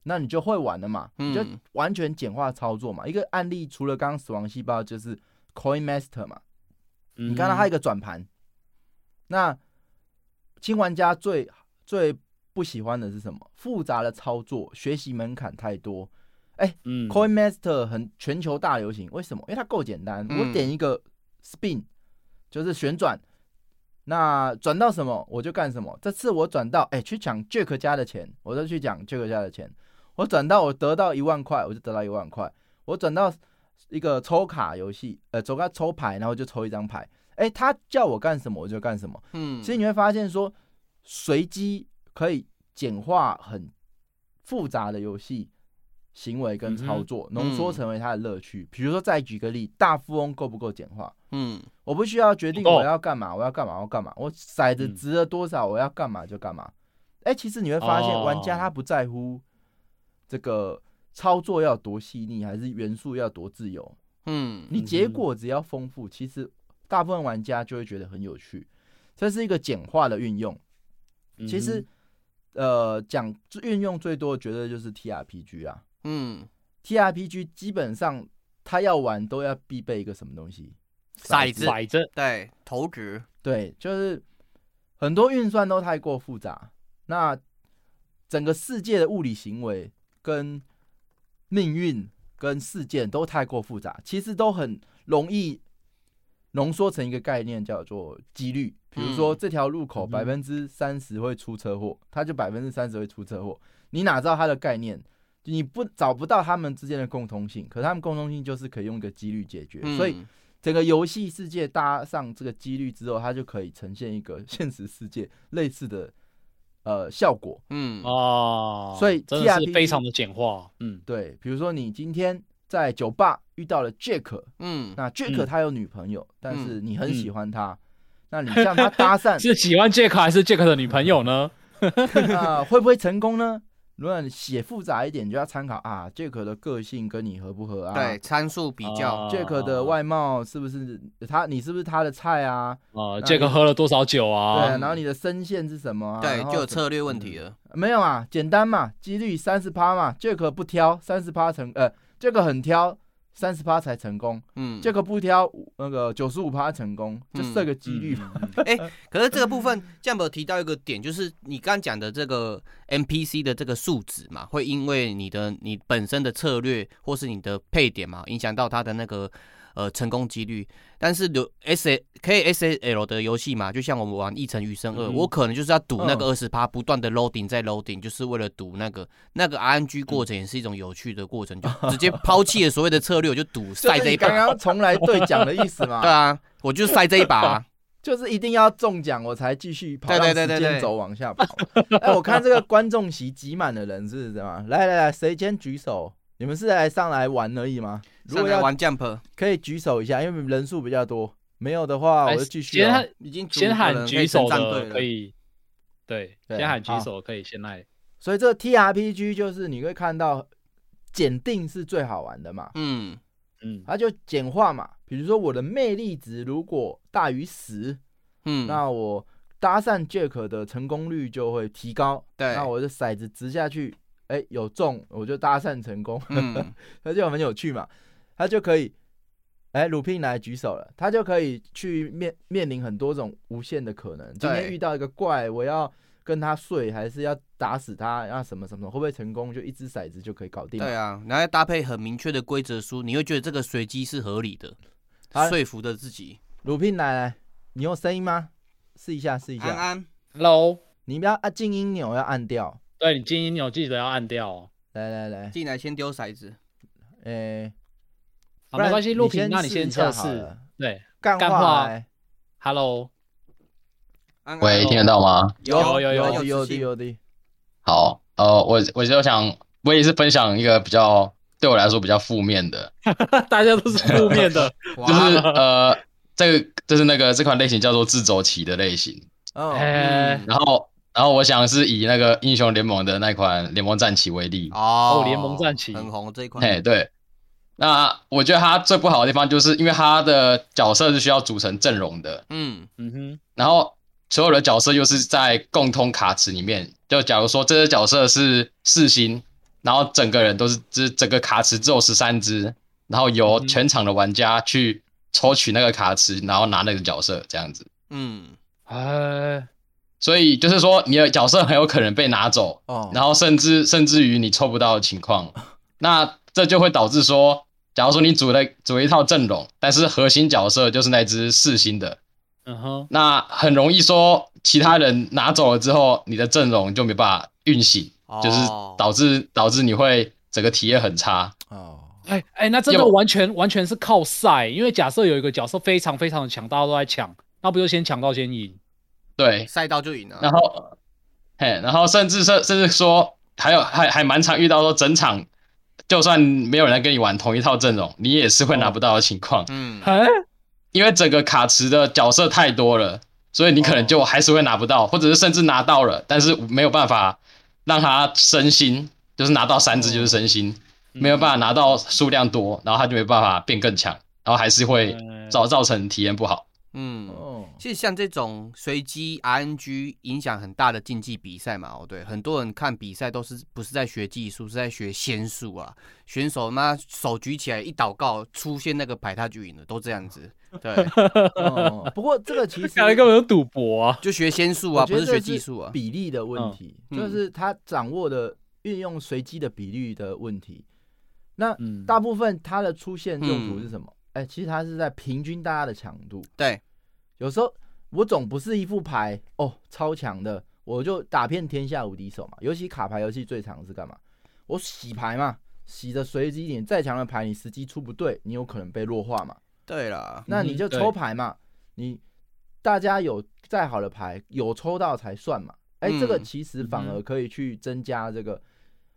那你就会玩了嘛，你就
嗯
完全简化操作嘛。一个案例除了刚刚死亡细胞就是 Coin Master 嘛，
嗯
你看到它一
个
个转盘，那新玩家最最不喜欢的是什么？复杂的操作，学习门槛太多。哎
嗯
Coin Master 很全球大流行，为什么？因为它够简单，
嗯
我点一个 spin 就是旋转，那转到什么我就干什么。这次我转到哎、去抢 Jack 家的钱，我就去抢 Jack 家的钱。我转到我得到一万块，我就得到一万块。我转到一个抽卡游戏，呃，走到抽牌，然后就抽一张牌。哎、他叫我干什么我就干什么。
嗯，
其实你会发现说，随机可以简化很复杂的游戏行为
嗯
跟操作，浓缩成为它的乐趣。比如说，再举个例，大富翁够不够简化？
嗯
我不需要决定
不够
我要干嘛，我要干嘛，我要干嘛，我骰子
嗯
值了多少，我要干嘛就干嘛。哎、其实你会发现，
哦
玩家他不在乎这个操作要多细腻，还是元素要多自由，
嗯
你结果只要丰富，其实大部分玩家就会觉得很有趣。这是一个简化的运用。其实，呃，讲运用最多，绝对就是 TRPG 啊。
嗯，
TRPG 基本上他要玩都要必备一个什么东西？
骰子
摆着
对投掷，
对，就是很多运算都太过复杂，那整个世界的物理行为跟命运跟事件都太过复杂，其实都很容易浓缩成一个概念，叫做几率。比如说
嗯
这条路口
嗯
百分之三十会出车祸，它就百分之三十会出车祸，你哪知道它的概念？你不找不到他们之间的共通性，可是他们共通性就是可以用一个几率解决，所以
嗯
整个游戏世界搭上这个几率之后，它就可以呈现一个现实世界类似的呃效果。
嗯
哦，
所以
真的是
TRPG
非常的简化，嗯，
对，比如说你今天在酒吧遇到了 Jack，
嗯
那 Jack
嗯
他有女朋友，但是你很喜欢他，那你向他搭讪，嗯啊
是喜欢 Jack 还是 Jack 的女朋友呢？
那会不会成功呢？如果你写复杂一点，你就要参考啊，Jack 的个性跟你合不合啊？
对，参数比较，
啊
Jack 的外貌是不是他？你是不是他的菜啊？
啊
那
，Jack
你
喝了多少酒啊？
对，然后你的声线是什么啊？
对
然，后
就有
怎么
策略问题了。
没有嘛？简单嘛，几率三十趴嘛，Jack 不挑三十趴成，呃，Jack 很挑三十趴才成功
嗯，
，Jack 不挑那个九十五趴成功，就设个几率嘛。
哎、可是这个部分 Jump 有提到一个点，就是你刚讲的这个 NPC 的这个数值嘛，会因为你的你本身的策略或是你的配点嘛，影响到它的那个呃成功几率。但是有 S 可以 SL 的游戏嘛，就像我们玩《一城余生二》，
嗯
我可能就是要赌那个
嗯
二十趴，不断的 loading 再 loading，就是为了赌那个那个
嗯
RNG 过程，也是一种有趣的过程，就直接抛弃了所谓的策略，我就 赌
就
赛
是
这
你
一
刚
把。
刚重来对奖的意思嘛？
对啊，我就赛这一把啊、
就是一定要中奖我才继续跑，
对对
让
对对
时间
对
轴往下跑。 哎，我看这个观众席挤满了人，是怎么？ 来来来，谁先举手？你们是来上来玩而已吗？如
上
果
来
要
玩 Jump。
可以举手一下，因为人数比较多。没有的话，我
哎
就继续
先
哦。
喊
已经组
先
可
喊
能
举手
可以成战队
的
了
可以，对，
对
先喊举
好
手可以先来，
所以这个 TRPG 就是你会看到检定是最好玩的嘛，
嗯，
嗯，
它就简化嘛。比如说我的魅力值如果大于十，
嗯，
那我搭讪 Jack 的成功率就会提高。
对
那我的骰子掷下去，哎、有中我就搭讪成功，
嗯
那就很有趣嘛。他就可以，哎、鲁聘来举手了，他就可以去面面临很多种无限的可能。今天
对
遇到一个怪，我要跟他睡，还是要打死他，要什么什么，会不会成功？就一只骰子就可以搞定。
对，啊，然后搭配很明确的规则书，你会觉得这个随机是合理的，
好
说服的自己。
鲁聘来来，你有声音吗？试一下，试一下。
安安，
喽，
你不要按静音钮要按掉。
对你静音钮记得要按掉哦。
来来来，
进来先丢骰子，
哎、
好，
不然
没关系，
你
录屏，那你
试
先
一下
测
好
试
了。
对
干
干
话
话
来
，Hello，
安安
喂，听得到吗？
有
有
有
有
有
有
自
的
信
有的，
好，呃，我我就想，我也是分享一个比较对我来说比较负面的，
大家都是负
哎
面 的，
就是呃，这个就是那个这款类型叫做自走棋的类型。
哦
嗯，
哎，
然后，然后我想是以那个英雄联盟的那款联盟战旗为例。
哦
哦联盟战旗
很红这一款，
嘿，对。那我觉得它最不好的地方，就是因为它的角色是需要组成阵容的，
嗯
嗯哼，
然后所有的角色又是在共通卡池里面。就假如说这只角色是四星，然后整个人都是只整个卡池只有十三只，然后由
嗯
全场的玩家去抽取那个卡池，然后拿那个角色这样子。
嗯，
哎，
所以就是说，你的角色很有可能被拿走，
哦
然后甚至甚至于你抽不到的情况，那这就会导致说，假如说你组了组了一套阵容，但是核心角色就是那只四星的，
嗯哼，
那很容易说其他人拿走了之后，你的阵容就没办法运行，
哦
就是导致导致你会整个体验很差。
哦，
哎哎，那真的
有
完全完全是靠赛，因为假设有一个角色非常非常的强，大家都在抢，那不就先抢到先赢？
对，
赛道就赢了，
然后，嘿，然后甚至甚甚至说，还有还还蛮常遇到说，整场就算没有人来跟你玩同一套阵容，你也是会拿不到的情况，
嗯
哎，
因为整个卡池的角色太多了，所以你可能就还是会拿不到，或者是甚至拿到了，但是没有办法让它升星，就是拿到三只就是升星，没有办法拿到数量多，然后它就没办法变更强，然后还是会
嗯
造造成体验不好。
嗯。
哦，
其实像这种随机 RNG 影响很大的竞技比赛嘛，哦对，很多人看比赛都是不是在学技术，是在学仙术啊。选手妈手举起来一祷告，出现那个牌他就赢了，都这样 子。对，
哦不过这个其实
看来根本就赌博啊，
就学仙术
我
啊，
觉
不
得
是
这
学技术啊。
比例的问题，
嗯
就是他掌握的运用随机的比率的问题。那
嗯
大部分它的出现用途是什么？哎，其实它是在平均大家的强度。
嗯对，
有时候我总不是一副牌哦超强的，我就打遍天下无敌手嘛。尤其卡牌游戏最常是干嘛？我洗牌嘛，洗的随机一点，再强的牌你时机出不对，你有可能被弱化嘛。
对啦，
那你
嗯
就
对
抽牌嘛，你大家有再好的牌，有抽到才算嘛。哎、这个
嗯
其实反
嗯
而可以去增加这个、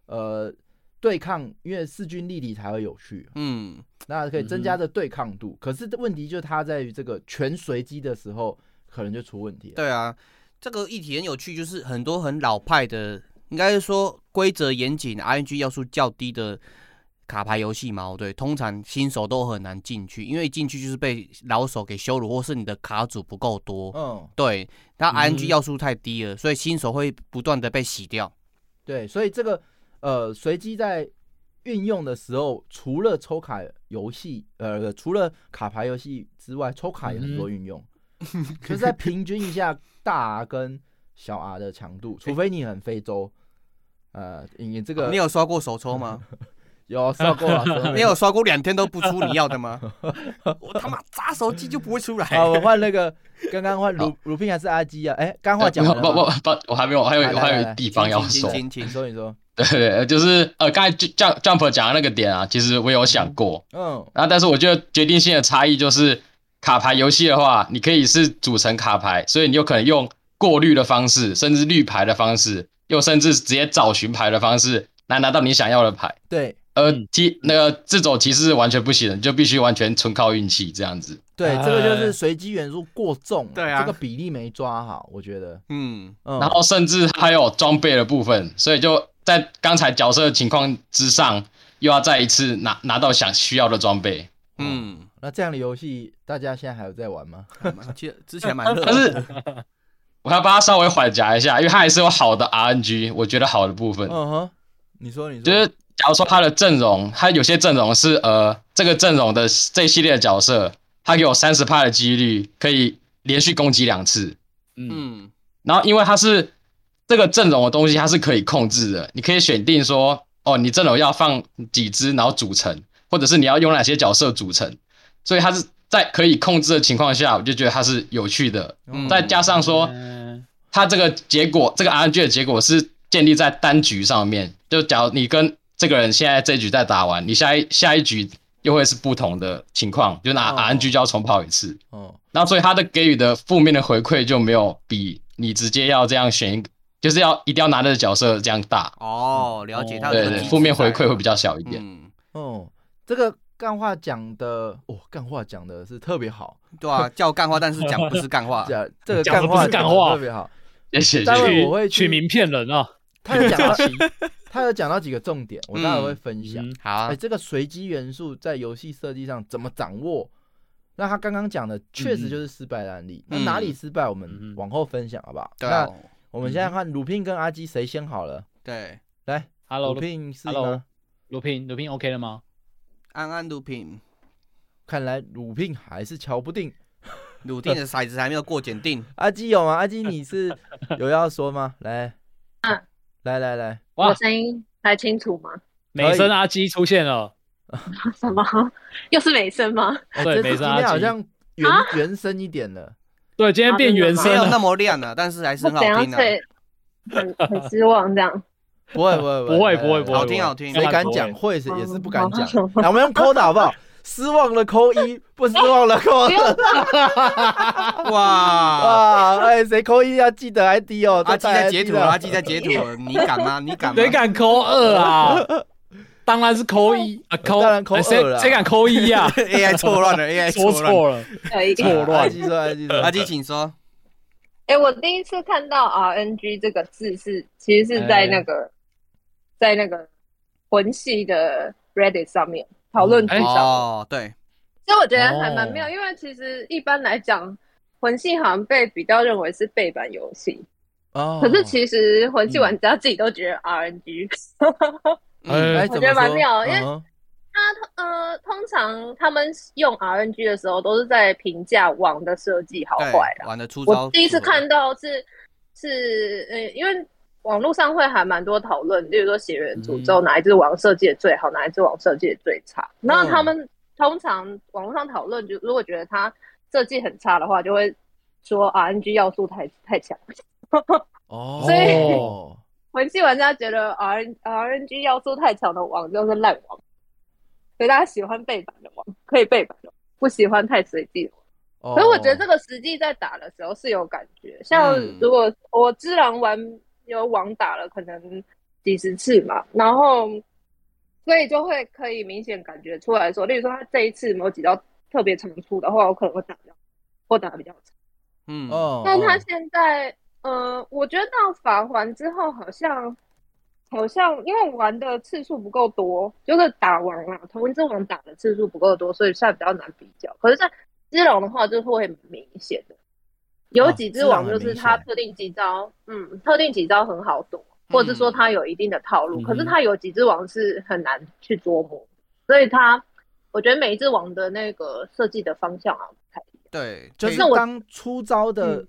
呃对抗，因为势均力敌才会有趣，啊
嗯，
那可以增加
嗯哼
这对抗度。可是问题就是它在于这个全随机的时候，可能就出问题了。
对啊，这个议题很有趣，就是很多很老派的应该是说规则严谨、RNG 要素较低的卡牌游戏嘛，哦对，通常新手都很难进去，因为一进去就是被老手给羞辱，或是你的卡组不够多，
嗯，
对，那
嗯
RNG 要素太低了，所以新手会不断的被洗掉。
对，所以这个呃，随机在运用的时候，除了抽卡游戏，呃，除了卡牌游戏之外，抽卡也很多
嗯
运 用，就是在平均一下大 R 跟小 R 的强度，除非你很非洲。呃，你这个
哦你有刷过手抽吗？
有受过老师？
你有刷过两天都不出你要的吗？我他妈砸手机就不会出来。
啊，我换那个，刚刚换鲁鲁宾还是阿基啊？哎，刚话讲完
不不
了吗，
不，我还没有，我还有
来来
我还
来来
有地方要说。
亲亲
你说你说，
对对，对就是呃，刚才 Jump Jump 讲的那个点啊，其实我有想过。
嗯，
然后，但是我觉得决定性的差异就是，卡牌游戏的话，你可以是组成卡牌，所以你有可能用过滤的方式，甚至绿牌的方式，又甚至直接找寻牌的方式来拿到你想要的牌。
对
呃
嗯，
其那个这种其实是完全不行的，你就必须完全纯靠运气这样子。
对，这个就是
哎
随机元素过重，
对啊
这个比例没抓好，我觉得，
嗯，
嗯，
然后甚至还有装备的部分，所以就在刚才角色的情况之上，又要再一次拿拿到想需要的装备。
嗯，
那这样的游戏大家现在还有在玩 吗？
其实之前蛮热
但是我要帮他稍微缓夹一下，因为他还是有好的 RNG，我觉得好的部分，
嗯哼， 你说你说，
就是假如说他的阵容，他有些阵容是呃这个阵容的这一系列的角色，他给我三十帕的几率可以连续攻击两次，
嗯，
嗯
然后因为它是这个阵容的东西，它是可以控制的，你可以选定说，哦，你阵容要放几只，然后组成，或者是你要用哪些角色组成，所以它是在可以控制的情况下，我就觉得它是有趣的。
嗯
再加上说，
嗯
它这个结果，这个 RNG 的结果是建立在单局上面，就假如你跟这个人现在这一局在打完，你下一下一局又会是不同的情况，就拿
哦
RNG 就要重跑一次。
嗯，
那所以他的给予的负面的回馈就没有比你直接要这样选一个，就是要一定要拿的角色这样大。
嗯
哦，了解
哦
他
对
的
对，负面回馈会比
较
较小一点。
嗯，
哦，这个干话讲的，哦，干话讲的是特别好，
对啊，叫干话，但是讲不是干话，
讲这个
讲
干
的不
话
是干
讲得
话
特别好。
谢谢
待
谢谢。
会
取
我会去
取名骗人啊，
他有讲到， 他有讲到几个重点，我待会会分享。
嗯
好
哎、
啊，
这个随机元素在游戏设计上怎么掌握？那他刚刚讲的确实就是失败的案例，那哪里失败我们
嗯哦
往后分享好不好？
对啊
那，我们现在看鲁聘跟阿基谁先好了？
对，
来，
，Hello，
鲁
卢
聘是
Hello
吗？
卢平，卢平 OK 了吗？
安安毒
啊
品，
看来鲁聘还是瞧不定。
鲁 定的骰子还没有过检定，
阿基有吗？阿基 你是有要说吗？来，来来来，
哇
啊我，声音还清楚吗？
美声阿基出现了，
什么？ 又是美声吗？
哦
对
这次
没事
今
阿
天好
基
像原原声一点了。
对，今天
啊
变
真的
原
吗
声
没有
了
那，么亮啊，但是还是
是
很好
怎样
听啊，
最很 很失望这样？
不会不会
不会
会
不会不会，
好听好听
谁敢
不会
讲？会也是不敢 讲
哦。
来，我们用扣的好不好？失望了扣 一，不失望了扣
不用
二。
哇。
哇，哎，谁扣一要记得 ID 哦。
阿基在截图了，阿
啊，
基在 截图 了，你敢吗？你敢吗？
谁？敢扣二啊？当然是扣一啊，扣
当然扣
哎
二啦
谁谁敢扣一 啊？
AI 错乱了，AI
说
错乱了。啊
错了，
可以。
错
阿
乱。
基说， 阿基说，
阿基，请说。
哎、我第一次看到 RNG 这个字是，其实是在那个、在那个魂系的 Reddit 上面讨论区
哎
上，
哦，对，
所以我觉得还蛮妙，因为其实一般来讲，魂系好像被比较认为是背板游戏，
哦
可是其实魂系玩家自己都觉得 RNG。
嗯
哎，
我
怎
觉
么
得蛮
说
妙因为
嗯哼
那呃，通常他们用 RNG 的时候，都是在评价网的设计好
对
哦
坏，啦。啊
玩的出招。
我第一次看，到是是呃，因为网络上会还蛮多讨论，例如说《血
嗯
缘诅咒》哪一只网设计的最好，哪一只网设计的最差。
嗯
那他们通常网络上讨论，就如果觉得它设计很差的话，就会说 RNG 要素太太强。
哦，
所以
哦
魂系玩家觉得 R RNG 要素太强的网就是烂网，所以大家喜欢背板的网，可以背板的网，不喜欢太随机的网。
哦
可是我觉得这个实际在打的时候是有感觉，像
嗯
如果我自然玩有网打了可能几十次嘛，然后所以就会可以明显感觉出来说，例如说他这一次没有几道特别长处的话，我可能会打比较或打得比较差。
嗯，
哦，
但他
哦
现在，呃，我觉得到法环之后，好像好像因为玩的次数不够多，就是打王啊，同一只王打的次数不够多，所以算比较难比较。可是，在之龙的话，就是会很明显的，有几只王就是它特定几招，嗯，特定几招很好躲，或者是说它有一定的套路。
嗯
可是它有几只王是很难去捉摸，所以它，我觉得每一只王的那个设计的方向啊，
对，
就是
可以
当出招的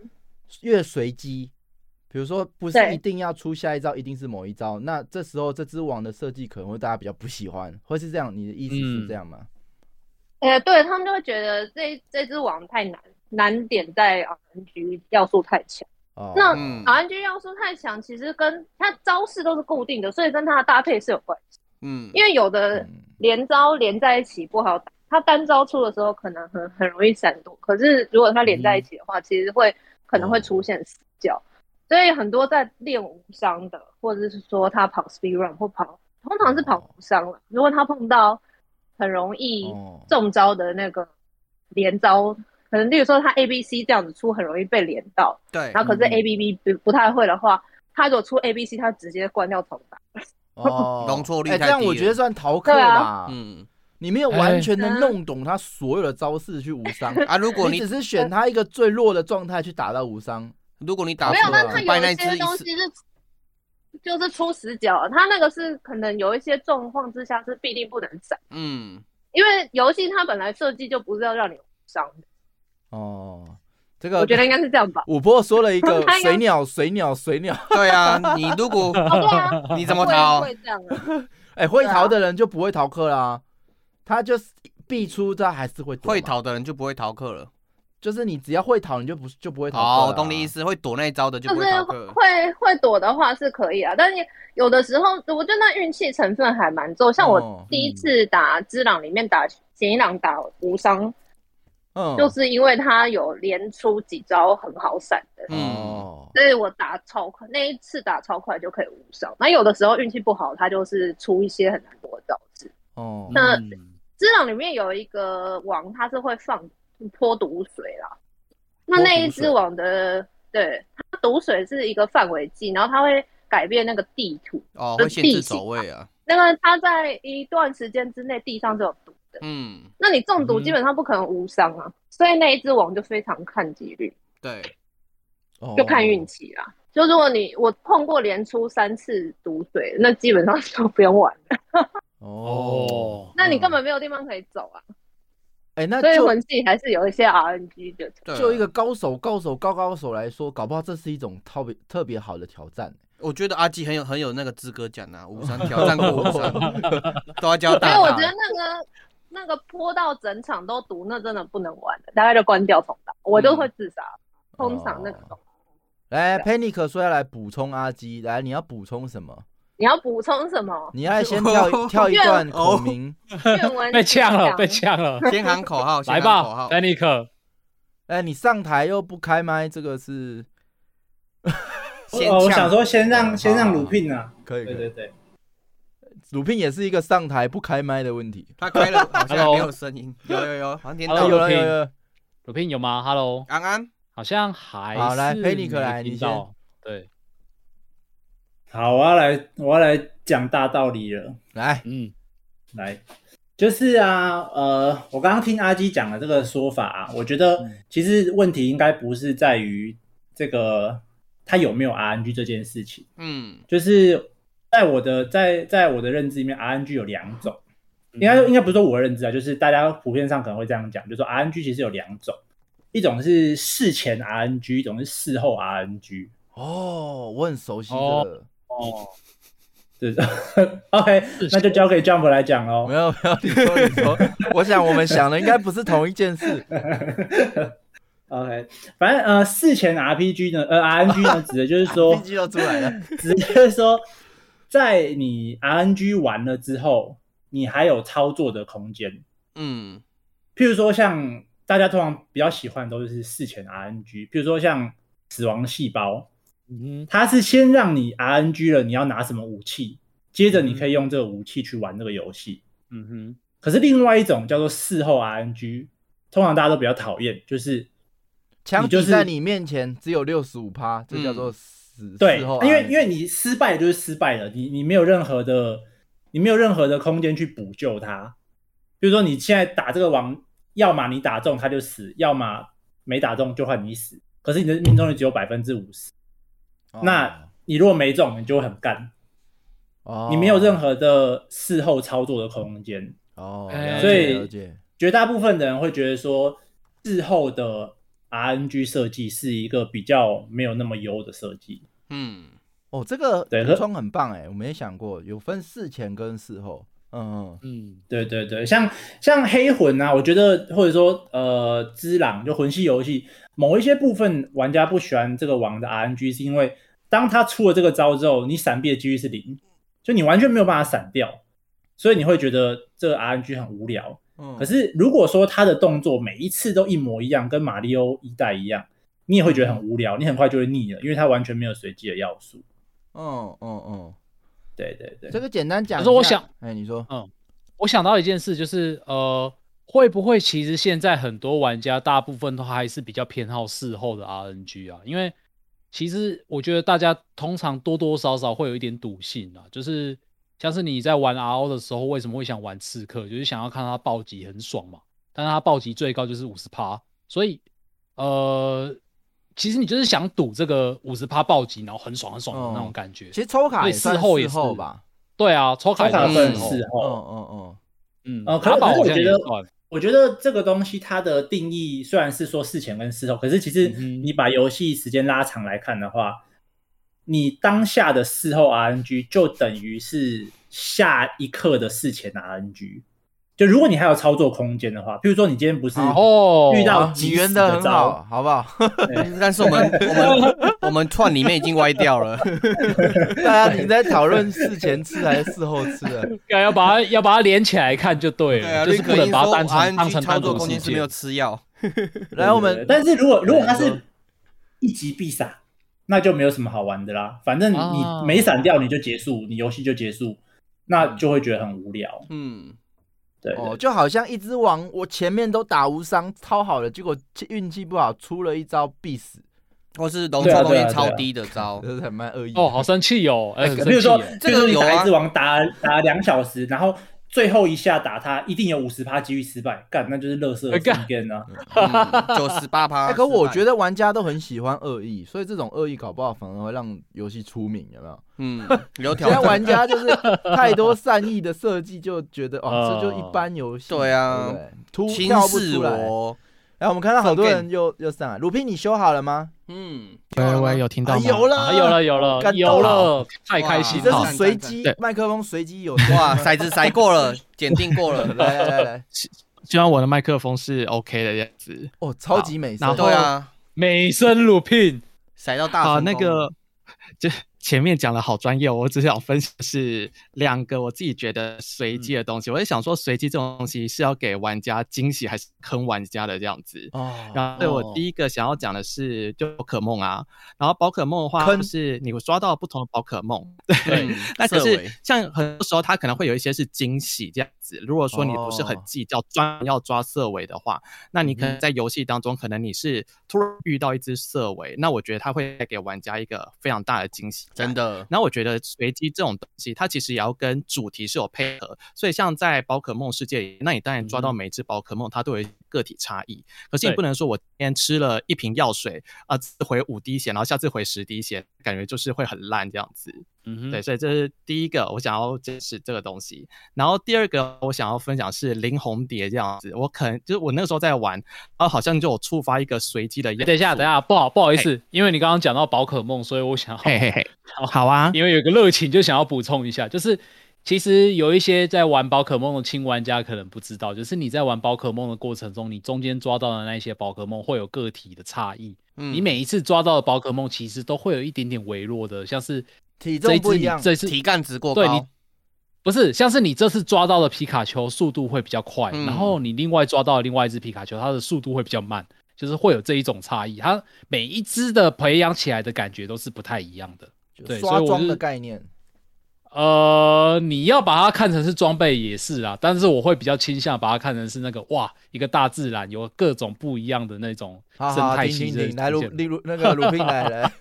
越随机，比如说不是
嗯对
一定要出下一招，一定是某一招，那这时候这只网的设计可能会大家比较不喜欢，会是这样？你的意思
嗯
是这样 吗？
呃，对他们就会觉得这这只王太难，难点在 RNG 要素太强。
哦，
那
嗯
啊 RNG 要素太强，其实跟它招式都是固定的，所以跟它的搭配是有关系。
嗯
因为有的连招连在一起不好打，它单招出的时候可能很很容易闪躲，可是如果它连在一起的话，其实会可能会出现死角。所以很多在练无伤的，或者是说他跑 speed run 或跑，通常是跑无伤了。如果他碰到很容易
哦
中招的那个连招，可能例如说他 A B C 这样子出，很容易被连到。
对嗯
然后可是 A B B 不不太会的话，他如果出 A B C，他直接关掉重打。
哦，
容错率
哎，
太
这样
低
我
了
觉得算逃课
对啊嗯
吧。
嗯，
你没有完全的弄懂他所有的招式去无伤
啊如果
你
你
只是选他一个最弱的状态去打到无伤，
如果你打
没有，
错
但
了
他
拜
有
那
一
只
些
一
东
次
西是就是出死角，他那个是可能有一些状况之下是必定不能闪，
嗯，
因为游戏它本来设计就不是要让你无伤的。
哦，这
啊
个
我觉得应该是这样吧。
五波说了一个
他应该
水鸟，水鸟，水鸟。
对啊，你如
哦
果你怎么逃？
啊会这样啊？
哎，会逃的人就不会逃课啦，他就是必出，他还是会躲嘛
会逃的人就不会逃课了。
就是你只要会逃，你就不就不会逃课啦。
哦，懂你意思，会躲那一招的就
就
不会
是
逃课了。
会会躲的话是可以啊，但是有的时候我觉得那运气成分还蛮重。像
哦
我第
嗯
一次打之朗里面打前一朗打无伤，
嗯
就是因为他有连出几招很好闪的，
哦
嗯，
所以我打超快，那一次打超快就可以无伤。那有的时候运气不好，他就是出一些很难躲的招式。
哦，
那
嗯
之朗里面有一个王，它是会放泼毒水啦。那那一只网的，对，它毒水是一个范围技，然后它会改变那个地图，
哦，
就
会
是
限
地
制
形
走。位啊。
那个它在一段时间之内地上就有毒，
嗯，
那你中毒基本上不可能无伤啊，所以那一只网就非常看几率，
对，
哦
哦
就看运气啦。就如果你我碰过连出三次毒水，那基本上就不用玩 了，
哦，
那
嗯
你根本没有地方可以走啊。
哎，那
所以
就
魂技还是有一些 RNG 的。
啊
就一个高手、高手、高高手来说，搞不好这是一种特别特别好的挑战。
我觉得阿基很有很有那个资格讲呐，五三挑战过五 三，都要教
因
大
为
大。
我觉得那个那个泼到整场都毒，那真的不能玩的，大概就关掉重打，我就会自杀。通常那个重打
来，Panic 说要来补充阿基，来，你要补充什么？
你要补充什么？
你要先跳
哦
跳一段口名，
愿闻
被呛了，
讲
被呛了，
先喊口号
来
先喊口
吧
号
，Panic，
哎，你上台又不开麦，这个是先
哦我我
呛
想说先
哦
让先让鲁聘啊，
可以，
对对对，
鲁聘也是一个上台不开麦的问题。
他开了好像
Hello
没有声音，有有有，好像听
Hello，
到
有
了
了有
了，
鲁聘有吗？Hello，
安安，
好像还
好来
是
佩妮可
没
来
听
你
到对，
好，我要来我要来讲大道理了，
来，
嗯，
来，就是啊，呃，我刚刚听阿基讲的这个说法、啊，我觉
嗯
得其实问题应该不是在于这个他有没有 RNG 这件事情，
嗯
就是在我的在在我的认知里面，RNG 有两种，
嗯
应该应该不是说我的认知啊，就是大家普遍上可能会这样讲，就是说 RNG 其实有两种，一种是事前 RNG，一种是事后 RNG。
哦，我很熟悉这个。
哦，对 ，OK，那就交给 Jump 来讲喽。
没有没有，你说你说，我想我们想的应该不是同一件事。
OK，反正呃，事前 RPG 呢，呃，RNG 呢，指的就是 说
RPG 都出来了，
指的就是说，在你 RNG 完了之后，你还有操作的空间。
嗯
譬如说，像大家通常比较喜欢的都是事前 RNG，譬如说像死亡细胞，
嗯
它是先让你 RNG 了，你要拿什么武器，接着你可以
嗯
用这个武器去玩这个游戏。
嗯哼，
可是另外一种叫做事后 RNG，通常大家都比较讨厌，就是
枪
你就
抵
是
嗯
在你面前只有六十五趴，这叫做死
对，
事后
因为
RNG
因为你失败了就是失败了，你你没有任何的你没有任何的空间去补救它。比如说你现在打这个王，要么你打中他就死，要么没打中就换你死。可是你的命中率只有百分之五十，那你如果没中，你就会很干，
哦
你没有任何的事后操作的空间。
哦，
哎
了解
所以
了解
绝大部分的人会觉得说，事后的 RNG 设计是一个比较没有那么优的设计。
嗯，
哦，这个
对
补
和
充很棒哎，我没想过有分事前跟事后，嗯
嗯，
对对对，像像黑魂啊，我觉得或者说呃，之狼就魂系游戏，某一些部分玩家不喜欢这个王的 RNG，是因为当他出了这个招之后，你闪避的几率是零，就你完全没有办法闪掉，所以你会觉得这个 RNG 很无聊。
嗯
可是如果说他的动作每一次都一模一样，跟马里奥一代一样，你也会觉得很无聊，你很快就会腻了，因为它完全没有随机的要素。
哦
嗯嗯嗯，
对对对，
这个简单讲
可
一下。
是我想，
哎，你说，
嗯，我想到一件事，就是呃，会不会其实现在很多玩家大部分都还是比较偏好事后的 RNG 啊？因为其实我觉得大家通常多多少少会有一点赌性啊，就是像是你在玩 RO 的时候，为什么会想玩刺客？就是想要看他暴击很爽嘛，但是他暴击最高就是五十趴，所以呃。其实你就是想赌这个五十趴暴击，然后很爽很爽的那种感觉。
哦其实抽卡
所
也
以
算
事后也
事
是
后吧，
对啊，抽卡
抽卡
也
算
事
事
嗯
后，
嗯嗯，
嗯，
呃，可是
打
可是
宝好
我
像
觉
也
得
算，
我觉得这个东西它的定义虽然是说事前跟事后，可是其实
嗯
你把游戏时间拉长来看的话，你当下的事后 RNG 就等于是下一刻的事前 RNG。就如果你还有操作空间的话，譬如说你今天不是
哦
遇到
你
急
圆
死
的很好，
招，
好不 好？
但是我们我们我们串里面已经歪掉了。
大 家你在讨论事前吃还是事后吃啊 的？
该啊要把它要把它连起来看就对了，
对啊，
就是
可
不
以
能
说
把它当成当
RNG
成
操
单
作
独
空
事
间是没有
件。
吃药。
来，我们
但是如果如果它是一击必杀，那就没有什么好玩的啦。反正你
啊
没闪掉你就结束，你游戏就结束，那就会觉得很无聊。
嗯，
对
哦，就好像一只王，我前面都打无伤，超好了，结果运气不好，出了一招必死，
或是容
对啊
错空
对
间
啊
超
对啊
低的招。
这是很蛮恶意的。
哦，好生气哦！哎，很
比如
生气
说
耶，
这
这
个
个你
有啊
打一只王打打两小时，然后最后一下打他，一定有五十趴几率失败，干那就是乐色的啊
干
game 呢。
九嗯十八趴。
哎、可我觉
得，
得玩家都很喜欢恶意，所以这种恶意搞不好反而会让游戏出名，有没有？
嗯，有条
现在
件。
玩家就是太多善意的设计，就 觉得哦，
哦
这就一般游戏，
对啊
对不对突
轻
跳不
视
出来。
我，
然后我们看到好多人又又上来，鲁平，你修好了吗？
嗯，
喂喂，有听到
啊
吗？
有了，
啊有了有了
感
有
动了，
了，太开心
这
了
是！随机
对
麦克风随机有
哇，骰子骰过了， 检定过了，
来来来来，
希望我的麦克风是 OK 的样子。
哦，超级美声
好，
对啊，
美声鲁聘，
骰到大
好，
成
那
功
个 就前面讲的好专业哦，我只想分享是两个我自己觉得随机的东西。我在想说，随机这种东西是要给玩家惊喜，还是坑玩家的这样子？
哦，
然后对我第一个想要讲的是就宝可梦啊，然后宝可梦的话
坑
就是你会抓到不同的宝可梦，
嗯
那可
色
是
违
像很多时候它可能会有一些是惊喜这样子。如果说你不是很
哦嗯
计较专门要抓色尾的话，那你可能在游戏当中，可能你是突然遇到一只色尾，那我觉得它会带给玩家一个非常大的惊喜。
真。的，
然后我觉得随机这种东西，它其实也要跟主题是有配合，所以像在宝可梦世界里，那你当然抓
嗯
到每一只宝可梦，它都有一个体差异。可是你
对
不能说我今天吃了一瓶药水啊，这回五滴血，然后下次回十滴血，感觉就是会很烂这样子。
嗯
对，
哼，
所以这是第一个我想要解释这个东西。然后第二个我想要分享是林红蝶这样子，我可能就是我那个时候在玩，然后好像就有触发一个随机的。
等一下等一，下，不好不好意思，因为你刚刚讲到宝可梦，所以我 想要
嘿嘿嘿，好啊，
因为有一个热情，就想要补充一下，就是其实有一些在玩宝可梦的新玩家可能不知道，就是你在玩宝可梦的过程中，你中间抓到的那一些宝可梦会有个体的差异。
嗯
你 每一次抓到的宝可梦其实都会有一点点微弱的，像是
体
这
重
一
不
只
一
你
样，
这次
体干值过
对你
高，
不是像是你这次抓到的皮卡丘速度会比较快，
嗯
然后你另外抓到的另外一只皮卡丘，它的速度会比较慢，就是会有这一种差异。它每一只的培养起来的感觉都是不太一样的。
就
对
刷
所以我
装
是
的概念。
呃，你要把它看成是装备也是啊，但是我会比较倾向把它看成是那个哇，一个大自然有各种不一样的那种
好
生
好，
态
停
系
停
的
停，来
出
鲁
现
鲁那个鲁平来来，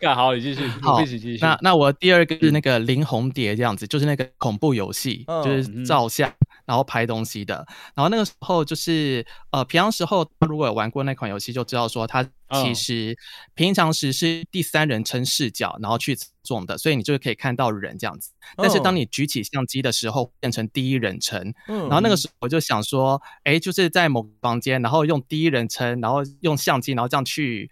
干 好，你继续，
好
一起嗯继续。，
那那我第二个是那个林红蝶这样子，就是那个恐怖游戏，
嗯
就是照相然后拍东西的。然后那个时候就是呃，平常时候如果有玩过那款游戏，就知道说它其
嗯
实平常时是第三人称视角，然后去操纵的，所以你就可以看到人这样子。但是
嗯
当
哦
你举起相机的时候，变成第一人称。
嗯
然后那个时候我就想说，哎，就是在某个房间，然后用第一人称，然后用相机，然后这样去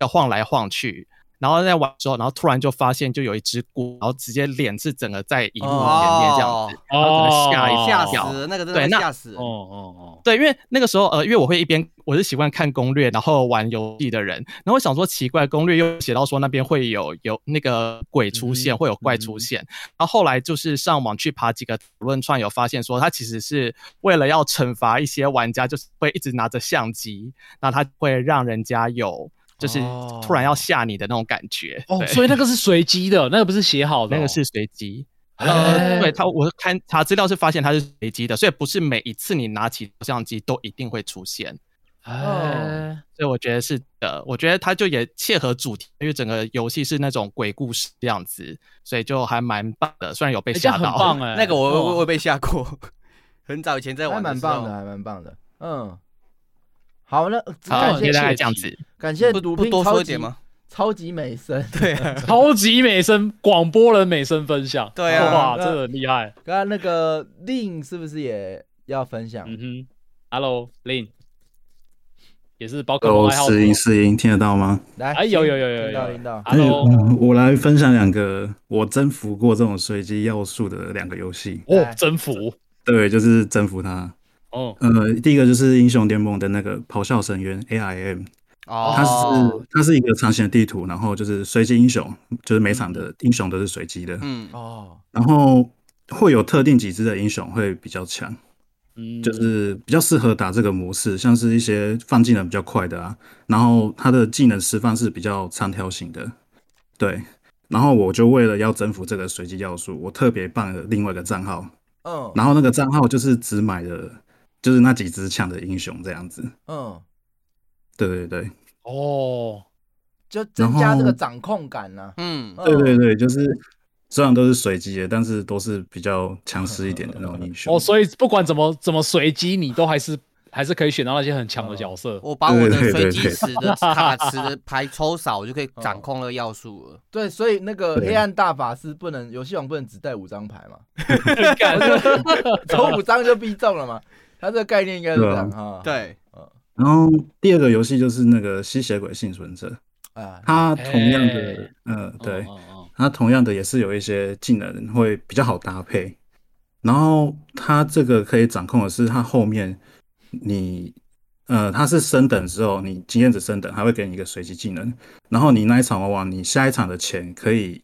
要晃来晃去。然后在玩的时候，然后突然就发现就有一只菇，然后直接脸是整个在荧幕前面这样子，然后整个吓
哦
一
哦吓
跳
死了，那个真的
哦对，
会
那
吓死了。
哦
对，因为那个时候呃，因为我会一边我是喜欢看攻略，然后玩游戏的人，然后我想说奇怪，攻略又写到说那边会有有那个鬼出
嗯
现，会有怪出现，然后后来就是上网去爬几个讨论串，有发现说他其实是为了要惩罚一些玩家，就是会一直拿着相机，那他会让人家有。就是突然要吓你的那种感觉
哦，所以那个是随机的，那个不是写 好的哦，那个
是随机。呃，
哎
对他，我看查资料是发现它是随机的，所以不是每一次你拿起相机都一定会出现。
哎，
哦
所以我觉得是的，我觉得它就也切合主题，因为整个游戏是那种鬼故事这样子，所以就还蛮棒的。虽然
哎
有被吓到，
那个我我我被吓过，很早以前在玩，
还蛮棒的，还蛮棒的。嗯，好，那呃
好
感谢
大概这样子
感谢
不
毒
不
品
多
超
说
级
一点吗？
超级美声，
对，啊
超级美声广播人美声分享，
对啊
哇，
那
真的很厉害。
刚刚那个令是不是也要分享？
嗯哼，Hello Lin，也是宝可梦
Hello，
爱好者
试音试音，听得到吗？
来，
哎，有有有有有
听到
哎
Hello，
嗯我来分享两个我征服过这种随机要素的两个游戏。
哎
哦，征服
对，就是征服它。
哦，
呃，第一个就是英雄联盟的那个咆哮神渊 AIM，
哦
它嗯是它是一个长形的地图，然后就是随机英雄，就是每场的英雄都是随机的。
嗯
哦，
然后会有特定几只的英雄会比较强，
嗯，
就是比较适合打这个模式，像是一些放技能比较快的啊，然后它的技能释放是比较长条形的，对。然后我就为了要征服这个随机要素，我特别办了另外一个账号，
嗯
然后那个账号就是只买了就是那几只强的英雄这样子，
嗯，
对对对，
哦，
就增加这
然
个
后
掌控感啊呢。
嗯
对对对，就是虽然都是随机的，但是都是比较强势一点的那种英雄。
哦，所以不管怎么怎么随机，你都还是还是可以选到那些很强的角
哦
色。
我把我的
对对
随
对
机
对
池的 卡池的牌抽少，我就可以掌控那个要素了。
对，所以那个
啊
对
黑暗大法师不能游戏王不能只带五张牌嘛，
干
抽五张就必中了嘛。他这个概念应该是这样
对啊
哈。
对，
然后第二个游戏就是那个吸血鬼幸存者，
啊，
它同样的，呃，对，它同样的也是有一些技能会比较好搭配。然后它这个可以掌控的是，它后面你，呃，它是升等之后，你经验值升等，它会给你一个随机技能。然后你那一场玩完，你下一场的钱可以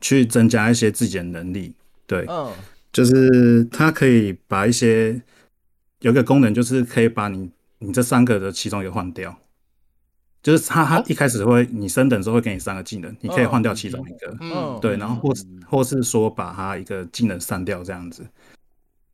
去增加一些自己的能力。对，
嗯，
就是它可以把一些有一个功能，就是可以把你你这三个的其中一个换掉。就是它
哦
它一开始会你升等之后会给你三个技能，你可以换掉其中一个。
嗯
对，然后或是或是说把它一个技能删掉这样子，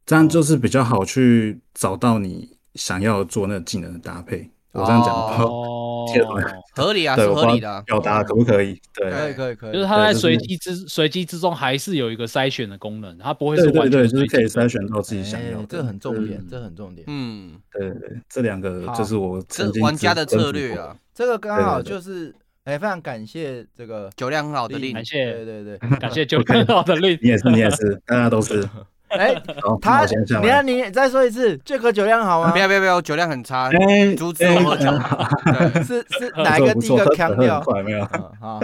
这样就是比较好去找到你想要做那个技能的搭配。我这样讲的话， 听得懂吗
哦合理啊
对
是
我
合
不知道
理的啊
表达可不可以？对，
可以可以可以，
就是它在随机之随机之中还是有一个筛选的功能，它不会是
对对
完全
对，就是可
随
以
机的
筛选到自己想要的，
哎这很重点，
嗯
这很重点。
嗯，
对对对，这两个
好
就是我曾经征服
啊
过的。
这个刚好
对对对
就是，哎，非常感谢这个
酒量很好的
令，
感谢
对对对，
感谢九很好的令，
你也是，你也 是，大家都是。
哎
好， 那
他，
我先下来
你看你再说一次，这个酒量好吗
啊不？要不要不 要，我酒量很差
哎，
阻止我喝酒。
哦
是 是 哪一个
不
第一
错
个
不错
腔
喝得
调嗯
很？快没有？
好，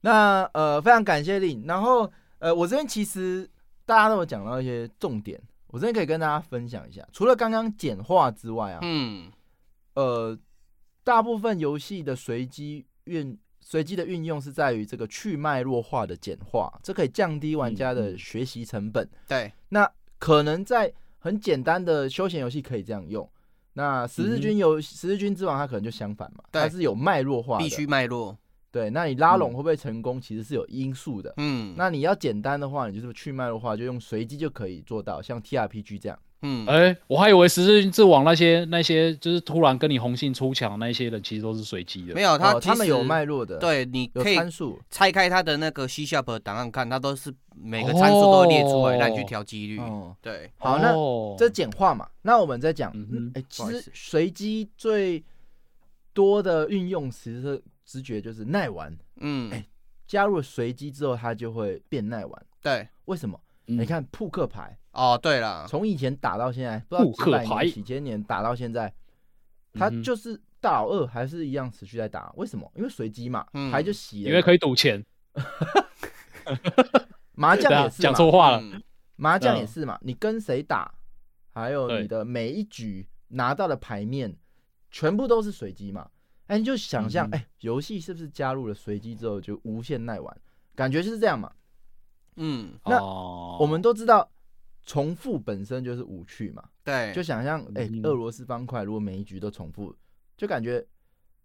那呃，非常感谢令。然后呃，我这边其实大家都有讲到一些重点，我这边可以跟大家分享一下。除了刚刚简化之外啊，
嗯，
呃，大部分游戏的随机运随机的运用是在于这个去脉络化的简化，这可以降低玩家的学习成本。
嗯对，
那可能在很简单的休闲游戏可以这样用。那十字军游、十字军之王，它可能就相反嘛，
嗯对
它是有脉络化的，
必须脉络。
对，那你拉拢会不会成功，其实是有因素的。
嗯，
那你要简单的话，你就是去脉络化，就用随机就可以做到，像 TRPG 这样。
嗯，
哎、我还以为十字之王那些那些就是突然跟你红杏出墙那些人，其实都是随机的。
没有，它、
哦他们有脉络的
对，你
有
可以
参数
拆开它的那个 C sharp 档案看，它都是每个参数都列出
哦
来，让你去调几率。对，
好，那这简化嘛，那我们再讲，嗯哎，其
哦不好
实
意思
随机最多的运用词是直觉就是耐玩，
嗯，
哎，加入随机之后，它就会变耐玩，
对，嗯
为什么？你看扑克牌，
哦，对了，
从以前打到现在，不知道
扑克
几百
牌
年几千年打到现在，它
嗯哼
就是大老二还是一样持续在打，为什么？因为随机嘛，牌就洗了嘛，
因为可以赌钱。
麻将
对啊
也是嘛
讲错话了
嗯麻将
嗯
也是嘛，你跟谁打，还有你的每一局拿到的牌面，全部都是随机嘛。哎，你就想
嗯
象，哎、游戏是不是加入了随机之后就无限耐玩？感觉就是这样嘛。
嗯，
那
哦
我们都知道，重复本身就是无趣嘛。
对
就想象，哎、
嗯
俄罗斯方块如果每一局都重复，就感觉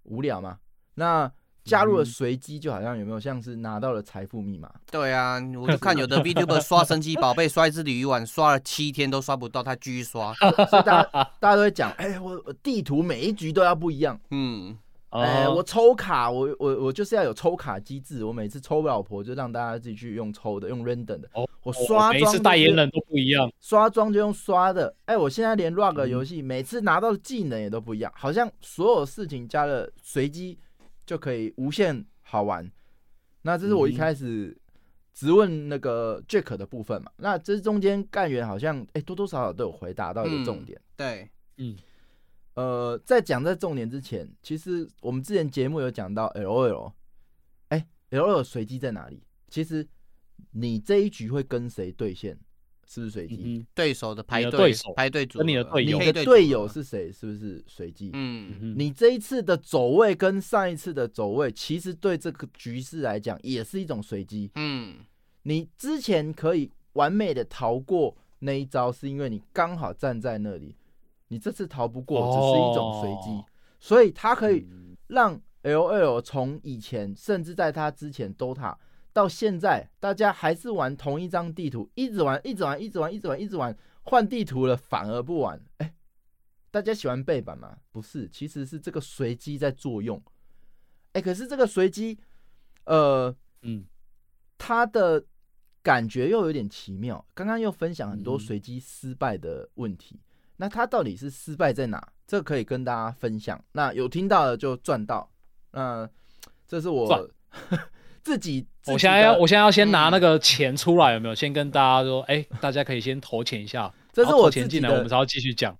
无聊嘛。那加入了
嗯
随机，就好像有没有像是拿到了财富密码？
对啊，我就看有的 VTuber 刷神奇宝贝，刷一只鲤鱼丸，刷了七天都刷不到，他继续刷。
所以大家 大家都会讲，哎、我我地图每一局都要不一样。
嗯，
哎、
哦
我抽卡，我我我就是要有抽卡机制，我每次抽老婆就让大家自己去用抽的，用 random 的。哦，我刷
每
妆
一
就
次
是
代言人都不一样。
刷装就用刷的。哎、我现在连 rug
嗯
游戏、每次拿到的技能也都不一样，好像所有事情加了随机就可以无限好玩。那这是我一
嗯
开始直问那个 Jack 的部分嘛？那这中间干员好像哎、多多少少都有回答到一个重点。
对，
嗯，
呃，在讲这重点之前，其实我们之前节目有讲到 L O L，哎，L O L 随机在哪里？其实你这一局会跟谁对线，是不是随机？
对手的
嗯
排
你的
队
对手
排队组合，
跟你的队友
配
你的
对
队
组
友
合
是谁？是不是随机？
嗯，
你这一次的走位跟上一次的走位，其实对这个局势来讲也是一种随机。
嗯，
你之前可以完美的逃过那一招，是因为你刚好站在那里，你这次逃不过，只是一种随机，
哦
所以它可以
嗯
让 L L 从以前，甚至在它之前 DOTA 到现在，大家还是玩同一张地图，一直玩，一直玩，一直玩，一直玩，一直玩，换地图了反而不玩，哎、大家喜欢背板吗？不是，其实是这个随机在作用。哎、可是这个随机，呃，
嗯，
它的感觉又有点奇妙。刚刚又分享很
嗯
多随机失败的问题，那它到底是失败在哪？这可以跟大家分享。那有听到的就赚到。那这是
赚
我 自己，自己
我现在要
的嗯
我现在要先拿那个钱出来，有没有？先跟大家说，哎、大家可以先投钱一下，
这是
然后投
我自己
钱进来，
的
我们才要继续讲。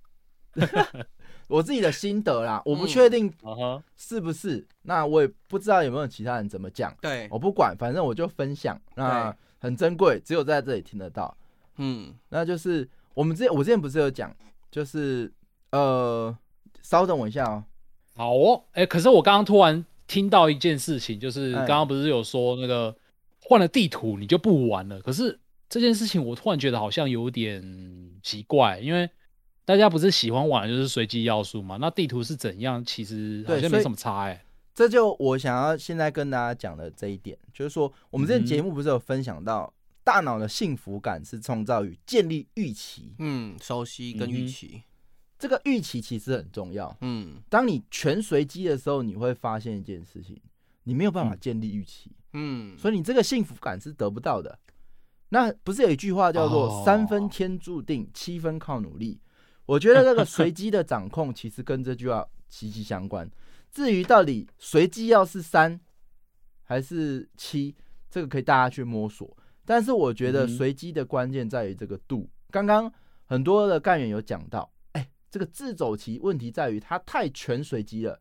我自己的心得啦，我不
嗯
确定
哼
是不是，那我也不知道有没有其他人怎么讲，
对
我不管，反正我就分享，那
对
很珍贵，只有在这里听得到。
嗯，
那就是我们之前我之前不是有讲，就是呃，稍等我一下哦，
好哦，哎、可是我刚刚突然听到一件事情，就是
哎
刚刚不是有说那个换了地图你就不玩了？可是这件事情我突然觉得好像有点奇怪，因为大家不是喜欢玩的就是随机要素嘛？那地图是怎样，其实好
对
像
所
没
以
什么差哎、
这就我想要现在跟大家讲的这一点，就是说我们之前
嗯
节目不是有分享到，大脑的幸福感是创造于建立预期，
嗯，熟悉跟预
嗯
期，
这个预期其实很重要。
嗯
当你全随机的时候，你会发现一件事情，你没有办法建立预期，
嗯，
所以你这个幸福感是得不到的。那不是有一句话叫
哦
做“三分天注定，七分靠努力”？我觉得这个随机的掌控其实跟这句话息息相关。至于到底随机要是三还是七，这个可以大家去摸索。但是我觉得
嗯哼
随机的关键在于这个度。刚刚很多的干员有讲到，哎，这个自走棋问题在于它太全随机了。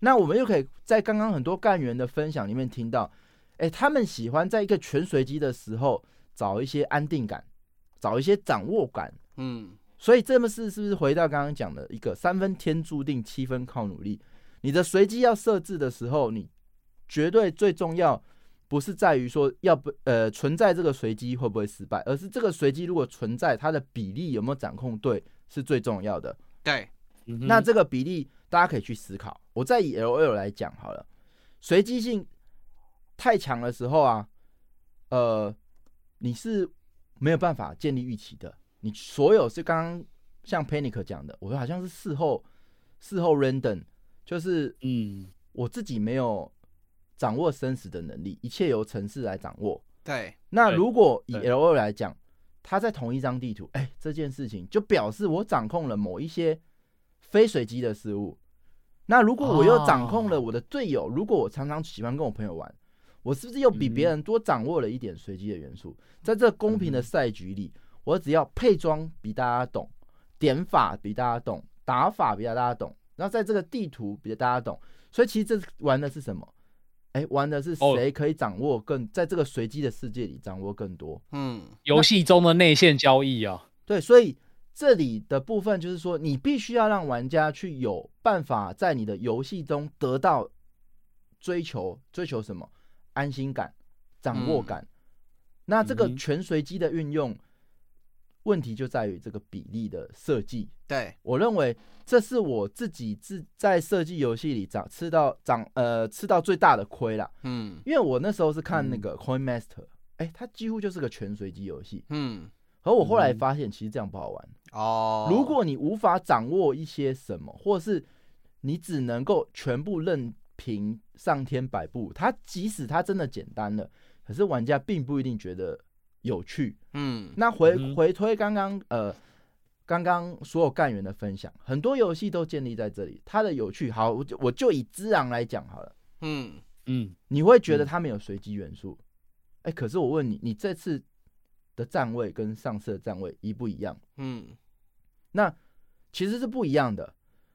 那我们又可以在刚刚很多干员的分享里面听到，哎，他们喜欢在一个全随机的时候找一些安定感，找一些掌握感。
嗯
所以这么是是不是回到刚刚讲的一个三分天注定，七分靠努力？你的随机要设置的时候，你绝对最重要不是在于说要不呃存在这个随机会不会失败，而是这个随机如果存在，它的比例有没有掌控对是最重要的。
对，
那这个比例大家可以去思考。我再以 L L 来讲好了，随机性太强的时候啊，呃，你是没有办法建立预期的。你所有是刚刚像 Panic 讲的，我好像是事后事后 random，就是
嗯，
我自己没有掌握生死的能力，一切由城市来掌握。
对，
那如果以 L O 来讲，它在同一张地图，哎、这件事情就表示我掌控了某一些非随机的事物。那如果我又掌控了我的队友，如果我常常喜欢跟我朋友玩，我是不是又比别人多掌握了一点随机的元素？在这公平的赛局里，我只要配装比大家懂，点法比大家懂，打法比大家懂，然后在这个地图比大家懂，所以其实这玩的是什么？哎，玩的是谁可以掌握更，在这个随机的世界里掌握更多。
嗯，
游戏中的内线交易 啊，
对，所以这里的部分就是说，你必须要让玩家去有办法在你的游戏中得到追求，追求什么安心感、掌握感。
嗯
那这个全随机的运用，问题就在于这个比例的设计。
对
我认为这是我自己自在设计游戏里长吃到长呃吃到最大的亏啦。
嗯
因为我那时候是看那个 Coin Master，哎、它几乎就是个全随机游戏。
嗯，
而我后来发现，其实这样不好玩。
哦
如果你无法掌握一些什么，或是你只能够全部任凭上天摆布，它即使它真的简单了，可是玩家并不一定觉得有趣。
嗯，
那回回推刚刚呃，刚刚所有干员的分享，很多游戏都建立在这里，它的有趣。好，我就我就以《之昂》来讲好了，
嗯
嗯，
你会觉得它没有随机元素，哎、可是我问你，你这次的站位跟上次的站位一不一样？
嗯
那其实是不一样的，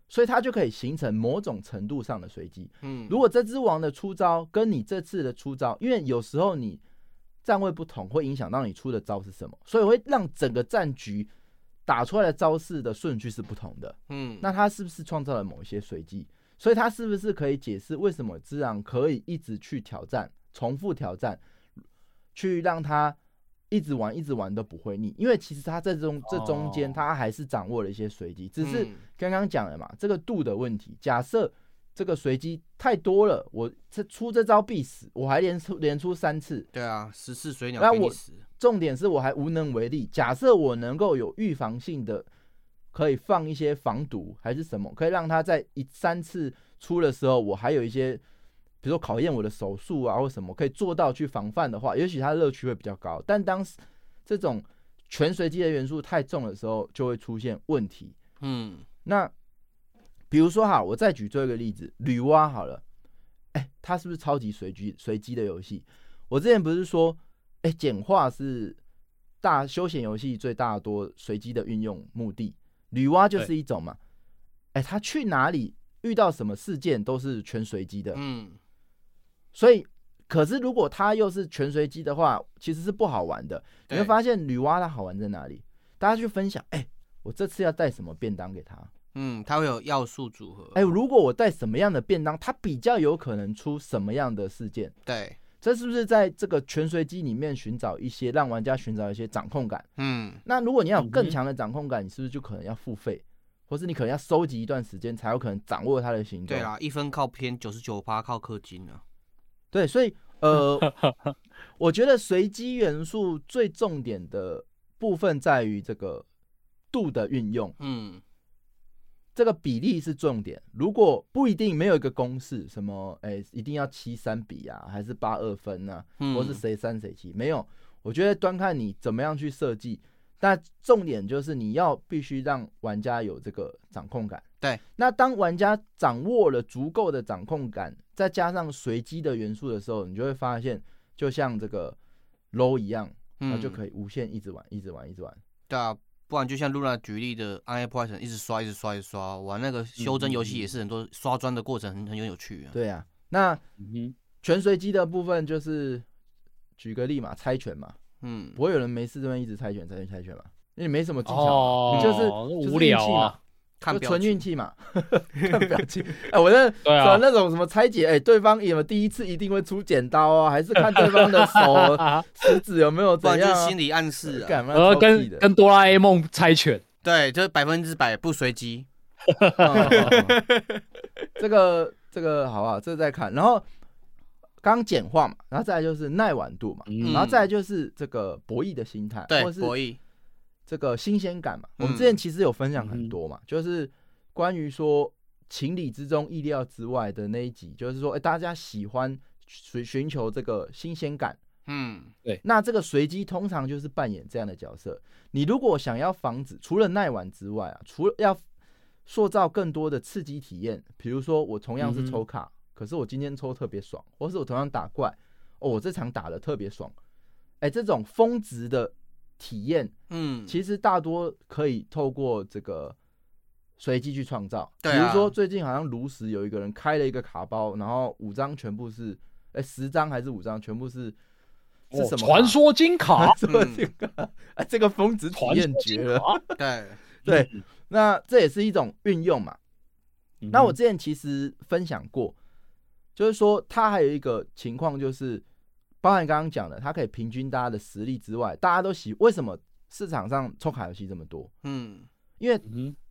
所以它就可以形成某种程度上的随机。
嗯
如果这只王的出招跟你这次的出招，因为有时候你站位不同，会影响到你出的招是什么，所以会让整个战局打出来的招式的顺序是不同的。
嗯
那它是不是创造了某一些随机？所以它是不是可以解释为什么之昂可以一直去挑战、重复挑战，去让它一直玩、一直玩都不会腻？因为其实它这中这中间，它还是掌握了一些随机，只是
嗯
刚刚讲了嘛，这个度的问题。假设这个随机太多了，我这出这招必死，我还连出连出三次，
对啊，十四水鸟
那
给你
我
死
重点是我还无能为力。假设我能够有预防性的，可以放一些防毒还是什么，可以让他在一三次出的时候，我还有一些，比如说考验我的手速啊或什么，可以做到去防范的话，也许他的乐趣会比较高。但当时这种全随机的元素太重的时候，就会出现问题。
嗯
那比如说哈，我再举最后一个例子，女娲好了，哎、它是不是超级随机随机的游戏？我之前不是说，哎、简化是大休闲游戏最大多随机的运用目的，女娲就是一种嘛。哎、它去哪里遇到什么事件都是全随机的，
嗯，
所以。可是，如果它又是全随机的话，其实是不好玩的。你会发现女娲它好玩在哪里？大家去分享，哎、我这次要带什么便当给她？
嗯，它会有要素组合。
哎、如果我带什么样的便当，它比较有可能出什么样的事件？
对，
这是不是在这个全随机里面寻找一些让玩家寻找一些掌控感？
嗯
那如果你要有更强的掌控感，你是不是就可能要付费，或是你可能要收集一段时间才有可能掌握它的行动？
对啦，一分靠偏，九十九趴靠氪金啊。
对，所以 呃，我觉得随机元素最重点的部分在于这个度的运用。
嗯，
这个比例是重点。如果不一定没有一个公式，什么哎、诶一定要七三比啊，还是八二分呢、
嗯
或是谁三谁七，没有。我觉得端看你怎么样去设计，但重点就是你要必须让玩家有这个掌控感。
对，
那当玩家掌握了足够的掌控感，再加上随机的元素的时候，你就会发现，就像这个 low 一样，
嗯
那就可以无限一直玩，一直玩，一直玩。
对啊，不然就像露娜举例的 i p o i s o n 一直刷，一直刷，一直刷，玩
嗯
那个修真游戏也是很多刷砖的过程很很有趣啊。
对啊，那全随机的部分就是举个例嘛，猜拳嘛，
嗯，
不会有人没事这边一直猜拳、猜拳、猜拳嘛，因为没什么技巧嘛，
哦
你就是
无
就是运
聊
气
啊
嘛，
看
就
表
纯
情
运气嘛，看表情。哎，我那
对啊
什么那种什么拆解，哎，对方有没有第一次一定会出剪刀啊，还是看对方的 手 食指有没有
不
怎
然就
样
是
啊？
心理暗示啊。
干嘛
然后呃跟跟哆啦 A 梦猜 拳，
对，这百分之百不随机。
这个这个好不好？这个再看，然后刚简化嘛，然后再来就是耐玩度嘛，然后再来就是这个博弈的心态，
对
啊或，是
博弈。
这个新鲜感嘛。我们之前其实有分享很多嘛，就是关于说情理之中、意料之外的那一集，就是说，哎、大家喜欢寻寻求这个新鲜感。
嗯，
对，那这个随机通常就是扮演这样的角色。你如果想要防止除了耐玩之外啊，除了要塑造更多的刺激体验，比如说我同样是抽卡，可是我今天抽特别爽，或是我同样打怪，哦，我这场打的特别爽，哎，这种峰值的体验，
嗯，
其实大多可以透过这个随机去创造。
对
比如
啊
说最近好像炉石有一个人开了一个卡包，然后五张全部是，哎、十张还是五张全部是。是什么卡？
哦传说金卡
传说
嗯
金卡，哎，这个峰值体验绝了。
对
对，那这也是一种运用嘛。那我之前其实分享过，就是说它还有一个情况，就是包含刚刚讲的，它可以平均大家的实力之外，大家都喜为什么市场上抽卡游戏这么多？
嗯
因为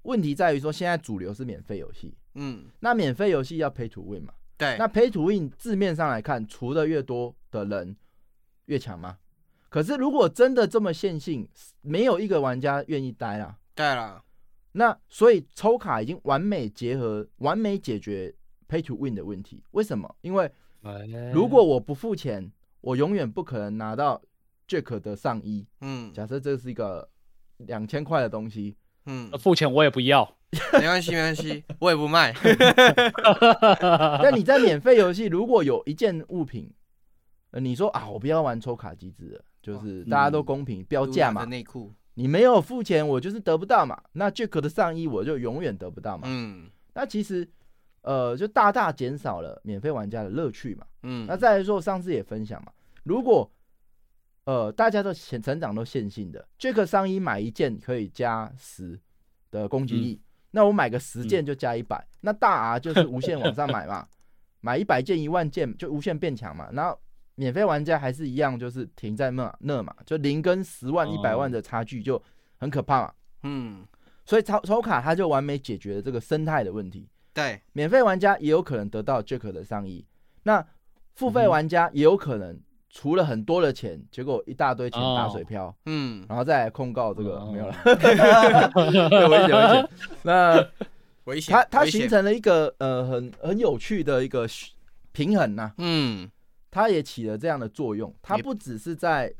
问题在于说，现在主流是免费游戏，
嗯，
那免费游戏要 pay to win 嘛？
对
那 pay to win 字面上来看，除的越多的人越强吗？可是如果真的这么线性，没有一个玩家愿意待啦。
对了，
那所以抽卡已经完美结合、完美解决 pay to win 的问题。为什么？因为
哎
如果我不付钱，我永远不可能拿到 Jack 的上衣。
嗯，
假设这是一个两千块的东西，
嗯，
付钱我也不要。
没关系没关系，我也 不卖。
但你在免费游戏，如果有一件物品，呃你说啊，我不要玩抽卡机制了，
哦
就是大家都公平标价嘛，
的内裤，
你没有付钱，我就是得不到嘛。那 Jack 的上衣我就永远得不到嘛。
嗯，
那其实呃，就大大减少了免费玩家的乐趣嘛。
嗯
那再来说，上次也分享嘛，如果呃大家的成成长都线性的，Jack 上衣买一件可以加十的攻击
嗯
力，那我买个十件就加一百、那大 R 就是无限往上买 嘛，买一百件、一万件就无限变强嘛。然后免费玩家还是一样，就是停在那那嘛，就零跟十万、一百万的差距就很可怕嘛。
哦嗯，
所以抽抽卡它就完美解决了这个生态的问题。
对，
免费玩家也有可能得到 Jack 的上衣，那付费玩家也有可能除了很多的钱，结果一大堆钱打水漂，
哦嗯，哦
然后再来控告这个、没 有了， 对危险危险。 那
危险
它它
危险
形成了一个呃很很有趣的一个平衡呐、啊
嗯，
它也起了这样的作用，它不只是在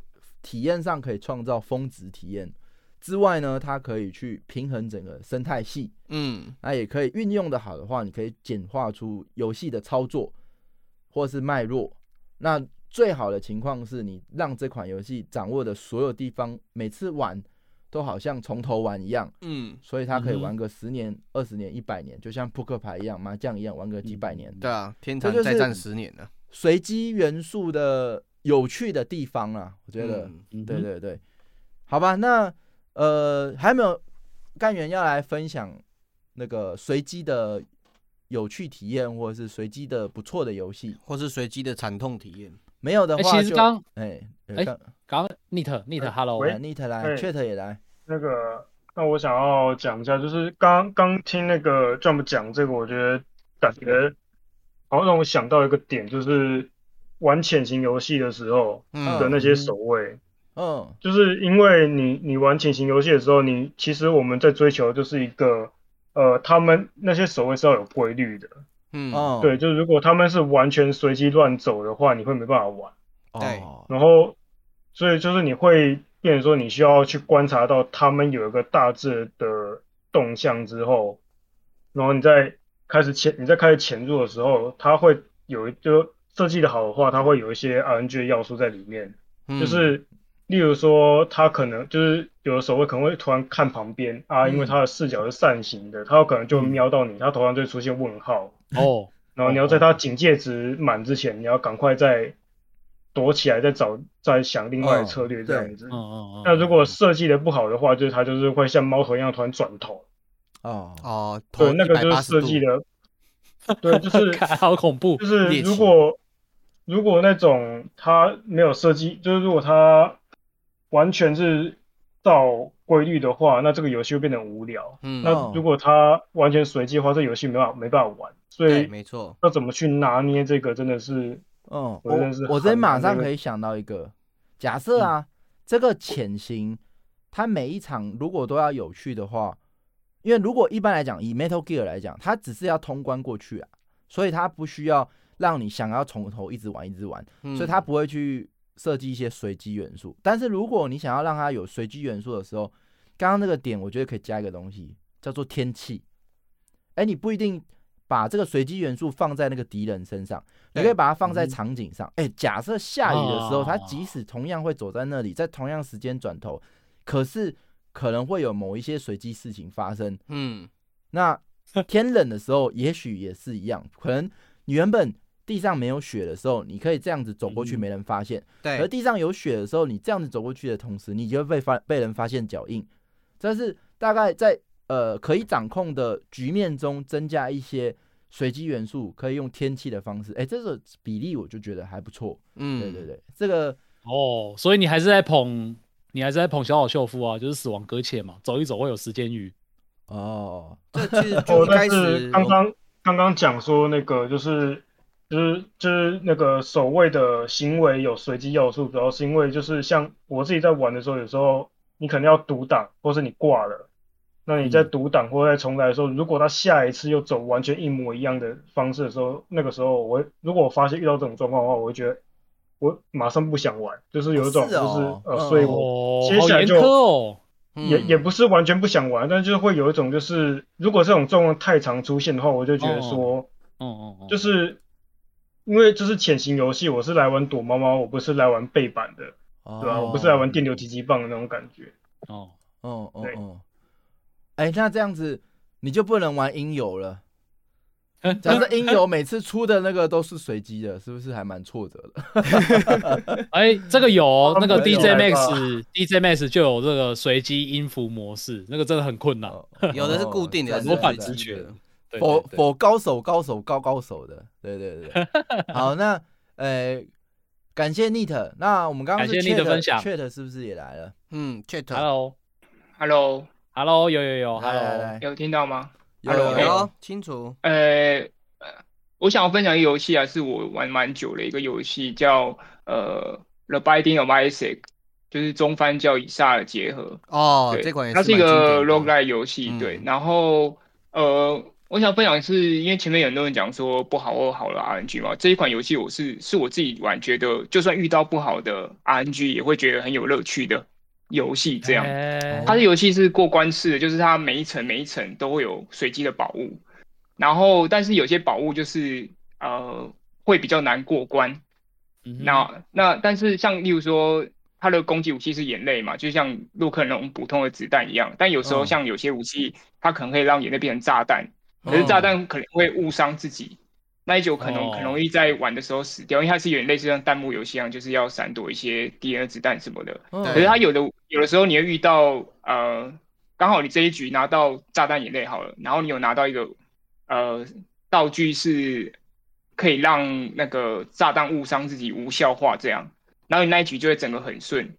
体验上可以创造峰值体验之外呢，它可以去平衡整个生态系。
嗯，
那也可以运用的好的话，你可以简化出游戏的操作或是脉络。那最好的情况是你让这款游戏掌握的所有地方，每次玩都好像从头玩一样。
嗯，
所以它可以
嗯哼
玩个十年、二十年、一百年，就像扑克牌一样、麻将一样，玩个几百年。
对啊，天
这
堂
就是
再战十年了。
随机元素的有趣的地方啦，我觉得，
嗯
对
嗯哼
对对，好吧，那呃，还有没有干员要来分享那个随机的有趣体验，或者是随机的不错的游戏，
或是随机的惨痛体验？
没有的
哎
话就，
其实刚
哎
哎，刚 Nit
呃
Nit Hello，
喂
Nit 来
哎
Chat 也来，
那个，那我想要讲一下，就是刚刚听那个 Jump 讲这个，我觉得感觉好像让我想到一个点，就是玩潜行游戏的时候
嗯
的那些守卫，
嗯
就是因为你你玩潜行游戏的时候，你其实我们在追求的就是一个呃，他们那些守卫是要有规律的，
嗯
哦
对，就是如果他们是完全随机乱走的话，你会没办法玩。
对，
然后，所以就是你会变成说，你需要去观察到他们有一个大致的动向之后，然后你再开始潜，你再开始潜入的时候，它会有一就设计的好的话，它会有一些 RNG 的要素在里面，
嗯
就是例如说，它可能就是有的时候会可能会突然看旁边啊，
嗯
因为它的视角是扇形的，它有可能就瞄到你，它头上就会出现问号。
哦，
然后你要在它警戒值满之前，你要赶快再躲起来，再找再想另外的策略这样子。
嗯
哦
那如果设计的不好的话，就是它就是会像猫头一样突然转头，
哦
哦，
对，那个就是设计的，对，就是
好恐怖，
就是如果如果那种它没有设计，就是如果它完全是照规律的话，那这个游戏会变得很无聊。
嗯
哦
那如果它完全随机的话，这游戏没办法没办法玩。所以
对没错，
要怎么去拿捏这个，真的是，
嗯，
我真的是
我这边
很难嗯
马上
这个
可以想到一个假设啊，这个潜行它每一场如果都要有趣的话，因为如果一般来讲，以 Metal Gear 来讲，它只是要通关过去啊，所以它不需要让你想要从头一直玩一直玩，
嗯
所以它不会去设计一些随机元素。但是如果你想要让它有随机元素的时候，刚刚那个点我觉得可以加一个东西，叫做天气。哎，你不一定把这个随机元素放在那个敌人身上，你可以把它放在场景上。哎，假设下雨的时候，他即使同样会走在那里，在同样时间转头，可是可能会有某一些随机事情发生。
嗯，
那天冷的时候，也许也是一样，可能你原本地上没有雪的时候，你可以这样子走过去，没人发现。
嗯对
而地上有雪的时候，你这样子走过去的同时，你就会被发被人发现脚印。这是大概在呃可以掌控的局面中增加一些随机元素，可以用天气的方式。哎、这个比例我就觉得还不错。
嗯，
对对对，这个
哦，所以你还是在捧，你还是在捧小岛秀夫啊，就是死亡搁浅嘛，走一走会有时间雨。
哦，
这 其实
哦，
就一
但
开
是
始
刚刚刚刚讲说那个就是就是就是那个守卫的行为有随机要素，主要是因为就是像我自己在玩的时候，有时候你可能要独挡，或是你挂了，那你在独挡或在重来的时候，如果他下一次又走完全一模一样的方式的时候，那个时候我会如果我发现遇到这种状况的话，我会觉得。我马上不想玩，就是有一种，
是
就是、
哦
呃，
嗯
所以我
哦
接
好
下来
严
就、
苛哦
也
嗯
也不是完全不想玩，但就是会有一种就是，如果这种状况太常出现的话，我就觉得说，
哦哦哦，
就是因为就是潜行游戏，我是来玩躲猫猫，我不是来玩背板的，对
啊
吧？
哦
我不是来玩电流击击棒的那种感觉。
哦
哦哦哦，哎、那这样子你就不能玩音游了。
嗯
假设音游每次出的那个都是随机的，是不是还蛮挫折 的？
哎、这个有哦、那个 DJ
没有
Max DJ Max 就有这个随机音符模式，那个真的很困难。
哦
哎
有的是固定的有的是
哦我反
随
直
机
觉
的。
对
否
对对
否高手高手高高手的，对对对。好，那呃，感谢 Nit，那我们刚刚是
感谢 Nit 分享
c h a t 是不是也来了？
嗯，Chat。
啊
Hello，Hello，Hello，有有有
来来
，Hello，
来
有听到吗？
有
Hello，
有
哎
清楚。
呃，我想分享一个游戏啊，是我玩蛮久的一个游戏，叫呃《The Binding of Isaac》，就是中翻叫以撒的结合。
哦
对
这款也
它
是
是一
蛮经典
个
的嗯
roguelike 游戏，对。然后呃，我想分享的是因为前面有很多人讲说不好或好的 RNG 嘛，这一款游戏我是是我自己玩，觉得就算遇到不好的 RNG 也会觉得很有乐趣的游戏这样。
哦
它
啊
的游戏是过关式的，就是它每一层每一层都会有随机的宝物，然后但是有些宝物就是呃会比较难过关。
嗯
那那但是像例如说它的攻击武器是眼泪嘛，就像洛克那种普通的子弹一样，但有时候
嗯
像有些武器它可能可以让眼泪变成炸弹，可是
哦
炸弹可能会误伤自己。那一就可能
哦
很容易在玩的时候死掉，因为它是有点类似像弹幕游戏一样，就是要闪躲一些敌人的子弹什么的。
嗯
可是它有的有的时候你会遇到呃，刚好你这一局拿到炸弹眼泪好了，然后你有拿到一个呃道具是可以让那个炸弹误伤自己无效化这样，然后你那一局就会整个很顺。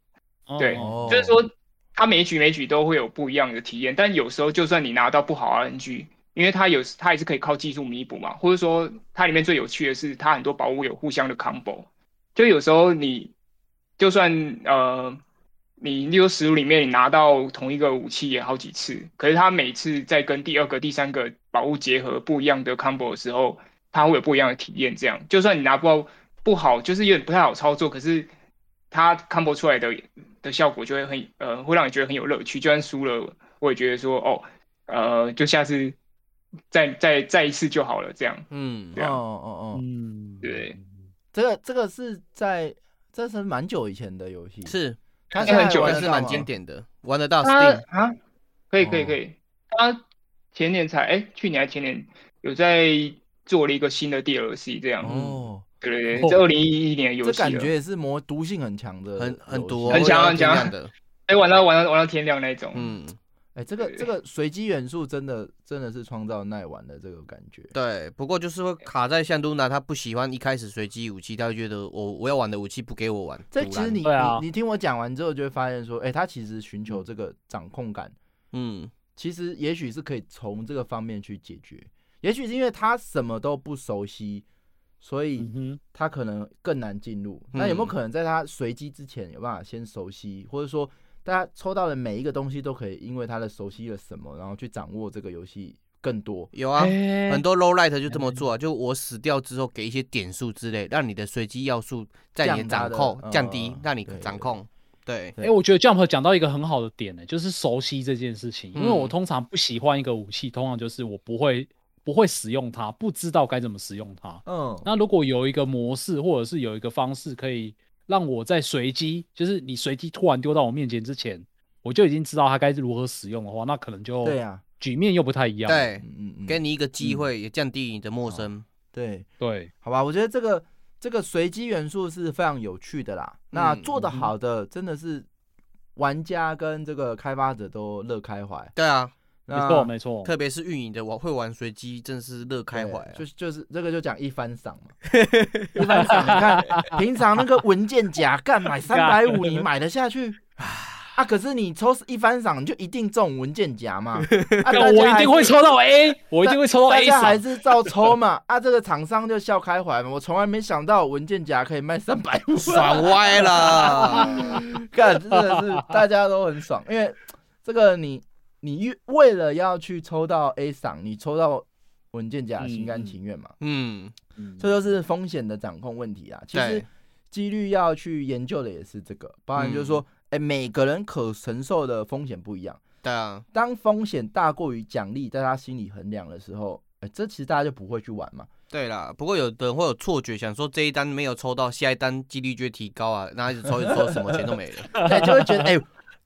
对，
哦
就是说它每一局每一局都会有不一样的体验，但有时候就算你拿到不好 RNG，因为它有它也是可以靠技术弥补嘛，或者说它里面最有趣的是它很多宝物有互相的 combo，就有时候你就算呃你例如十五里面你拿到同一个武器也好几次，可是它每次在跟第二个、第三个宝物结合不一样的 combo 的时候，它会有不一样的体验。这样，就算你拿不到不好，就是有点不太好操作，可是它 combo 出来的的效果就会很呃，会让你觉得很有乐趣。就算输了，我也觉得说哦，呃，就下次再再再一次就好了，这样。
嗯
对啊
哦哦哦，
嗯，
对，
这个这个是在这是蛮久以前的游戏，
是
它
是很久
还玩
但
得
是
到
蛮
吗哦
经典的，玩得到
他
Steam。
啊，可以可以可以，他前年才哎、去年还前年有在做了一个新的 DLC 这样。
嗯
哦，
对对
哦
对，这二零一一年的游
这
戏了，
感觉也是魔毒性很强的游戏，
很很毒哦
很强
玩到
很强
天亮的，
哎，玩到玩到玩到天亮那一种。
嗯，
哎、这个这个随机元素真的真的是创造耐玩的这个感觉。
对，不过就是会卡在像露娜，她不喜欢一开始随机武器，她会觉得我我要玩的武器不给我玩。
这
突
其实
然
你、你你听我讲完之后，就会发现说，哎、他其实寻求这个掌控感，
嗯，
其实也许是可以从这个方面去解决。也许是因为他什么都不熟悉，所以他可能更难进入。那有没有
嗯
可能在他随机之前有办法先熟悉，或者说大家抽到的每一个东西都可以，因为他的熟悉了什么，然后去掌握这个游戏更多。
有啊，
哎
很多 low light 就这么做啊，就我死掉之后给一些点数之类，让你的随机要素在你的掌控
嗯
降大的
降低，让你掌控。对，
哎、我觉得 Jump 讲到一个很好的点呢、就是熟悉这件事情。因为
嗯
我通常不喜欢一个武器，通常就是我不会不会使用它，不知道该怎么使用它。
嗯，
那如果有一个模式，或者是有一个方式，可以让我在随机，就是你随机突然丢到我面前之前，我就已经知道它该如何使用的话，那可能就
对啊，
局面又不太一样。
对，
嗯嗯，
给你一个机会，也降低你的陌生。
对
对，
好吧，我觉得这个这个随机元素是非常有趣的啦。那
嗯
做得好的，真的是玩家跟这个开发者都乐开怀。
对啊，
那
特别是运营的，我会玩随机，真是乐开怀啊。
就是就是这个就讲一番赏 嘛，一番赏。你看平常那个文件夹干买三百 五，你买得下去？啊，可是你抽一番赏，你就一定中文件夹 嘛？啊，
干我一定会抽到 A，我一定会抽到 A
大家还
赏
是照抽嘛？ 啊，这个厂商就笑开怀嘛。我从来没想到文件夹可以卖三百五，
爽 歪了。
干，真的是 大家都很爽，因为这个你你越为了要去抽到 A 赏，你抽到文件夹心甘情愿嘛。
嗯，
这就是风险的掌控问题啊。其实
对嗯
几率要去研究的也是这个，包含就是说，哎、每个人可承受的风险不一样。
对啊，
当风险大过于奖励，在他心里衡量的时候，哎、这其实大家就不会去玩嘛。
对啦，不过有的人会有错觉，想说这一单没有抽到，下一单几率就会提高啊，然后一直抽一直抽，什么钱都没 了。
对，就会觉得哎，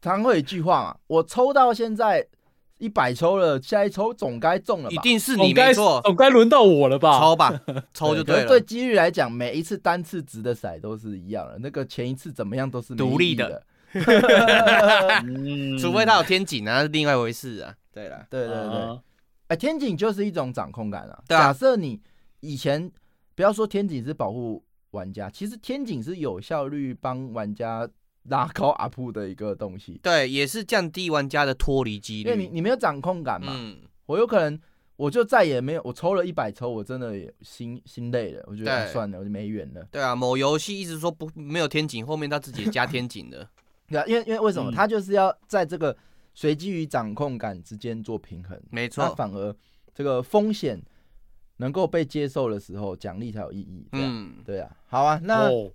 常常会有一句话嘛，我抽到现在一百抽了，下一抽总该中了吧？
一定是你没错，
总该轮到我了吧？
抽 吧， 抽就
可
对
是
了。
对几率来讲，每一次单次值的骰都是一样的，那个前一次怎么样都是没
独
意
立
义
的嗯
的。嗯
除非他有天井啊，那是另外一回事啊。对啦，
对对对，哎、天井就是一种掌控感啊。
对啊
假设你以前不要说天井是保护玩家，其实天井是有效率帮玩家拉高 up 的一个东西。
对，也是降低玩家的脱离几
因为你
率。
你没有掌控感嘛。
嗯
我有可能我就再也没有，我抽了一百抽，我真的也心心累了，我觉得、哎
对
算了，我就没缘了。
对啊，某游戏一直说不没有天井，后面他自己也加天井的。
对啊，因为因为为什么、
嗯
他就是要在这个随机与掌控感之间做平衡，
没错
那反而这个风险能够被接受的时候，奖励才有意义。对啊
嗯，
对啊，好啊，那、
哦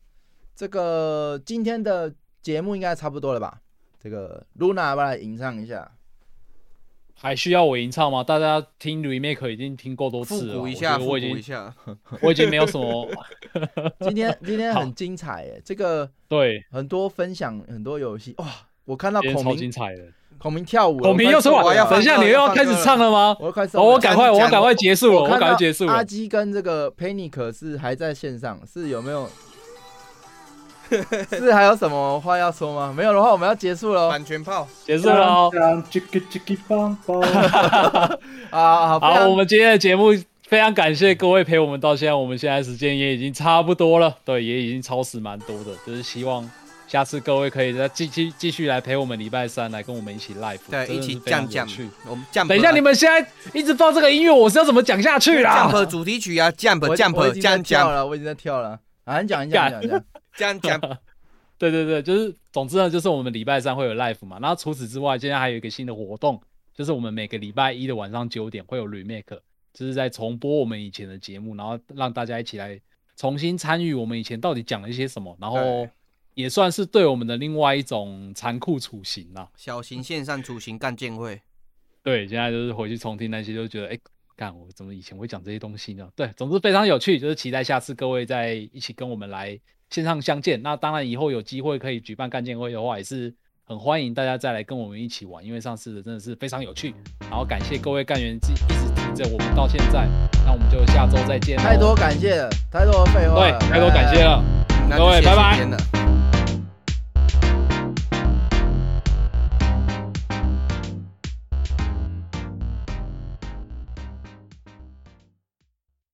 这个今天的节目应该差不多了吧？这个 Luna 要不要来吟唱一下？
还需要我吟唱吗？大家听 remake 已经听够多次了，
复古一
我
下
觉得我已
复古
经
一下
我已经没有什么。
今天今天很精彩耶，这个
对
很多分享很多游戏哇，我看到
今
孔
天
明
超精彩的，
孔明跳舞了，
孔明又
我快受
出来
不了
了等一下你又要开始唱了吗
我要快受不了
哦我赶快我赶快结束了
看到
我赶快结束了
阿基跟这个 Panic 是还在线上，是有没有？ 是还有什么话要说吗？没有的话，我们要结束了。
版权炮
结束了哦。
啊，非
好，
常
我们今天的节目非常感谢各位陪我们到现在，我们现在时间也已经差不多了，对，也已经超时蛮多的，就是希望下次各位可以再继续继续来陪我们礼拜三来跟我们一起 live，
对，
真
一
的是
起
非常
降
有
降
趣。，
我们降。呃
等一下，你们现在一直放这个音乐，我是要怎么讲下去啦？
Jump 主题曲啊
我
，Jump
已经我已
Jump
经在
Jump
跳
Jump，
了，我已经在跳了。啊，你讲，你讲，你讲，你讲。
Jump Jump，
对对对，就是总之呢，就是我们礼拜三会有 live 嘛，然后除此之外，今天还有一个新的活动，就是我们每个礼拜一的晚上九点会有 remake，就是在重播我们以前的节目，然后让大家一起来重新参与我们以前到底讲了一些什么，然后也算是对我们的另外一种残酷处刑啦。
小型线上雏形干见会。
对，现在就是回去重听那些，就觉得哎，诶干我怎么以前会讲这些东西呢？对，总之非常有趣，就是期待下次各位再一起跟我们来线上相见。那当然，以后有机会可以举办干见会的话，也是很欢迎大家再来跟我们一起玩，因为上次的真的是非常有趣。
嗯
然后感谢各位干员一一直听着我们到现在，那我们就下周再见。哦
太多，感谢了，太多废话
对
哎了，，
太多感谢了，各位拜拜。
了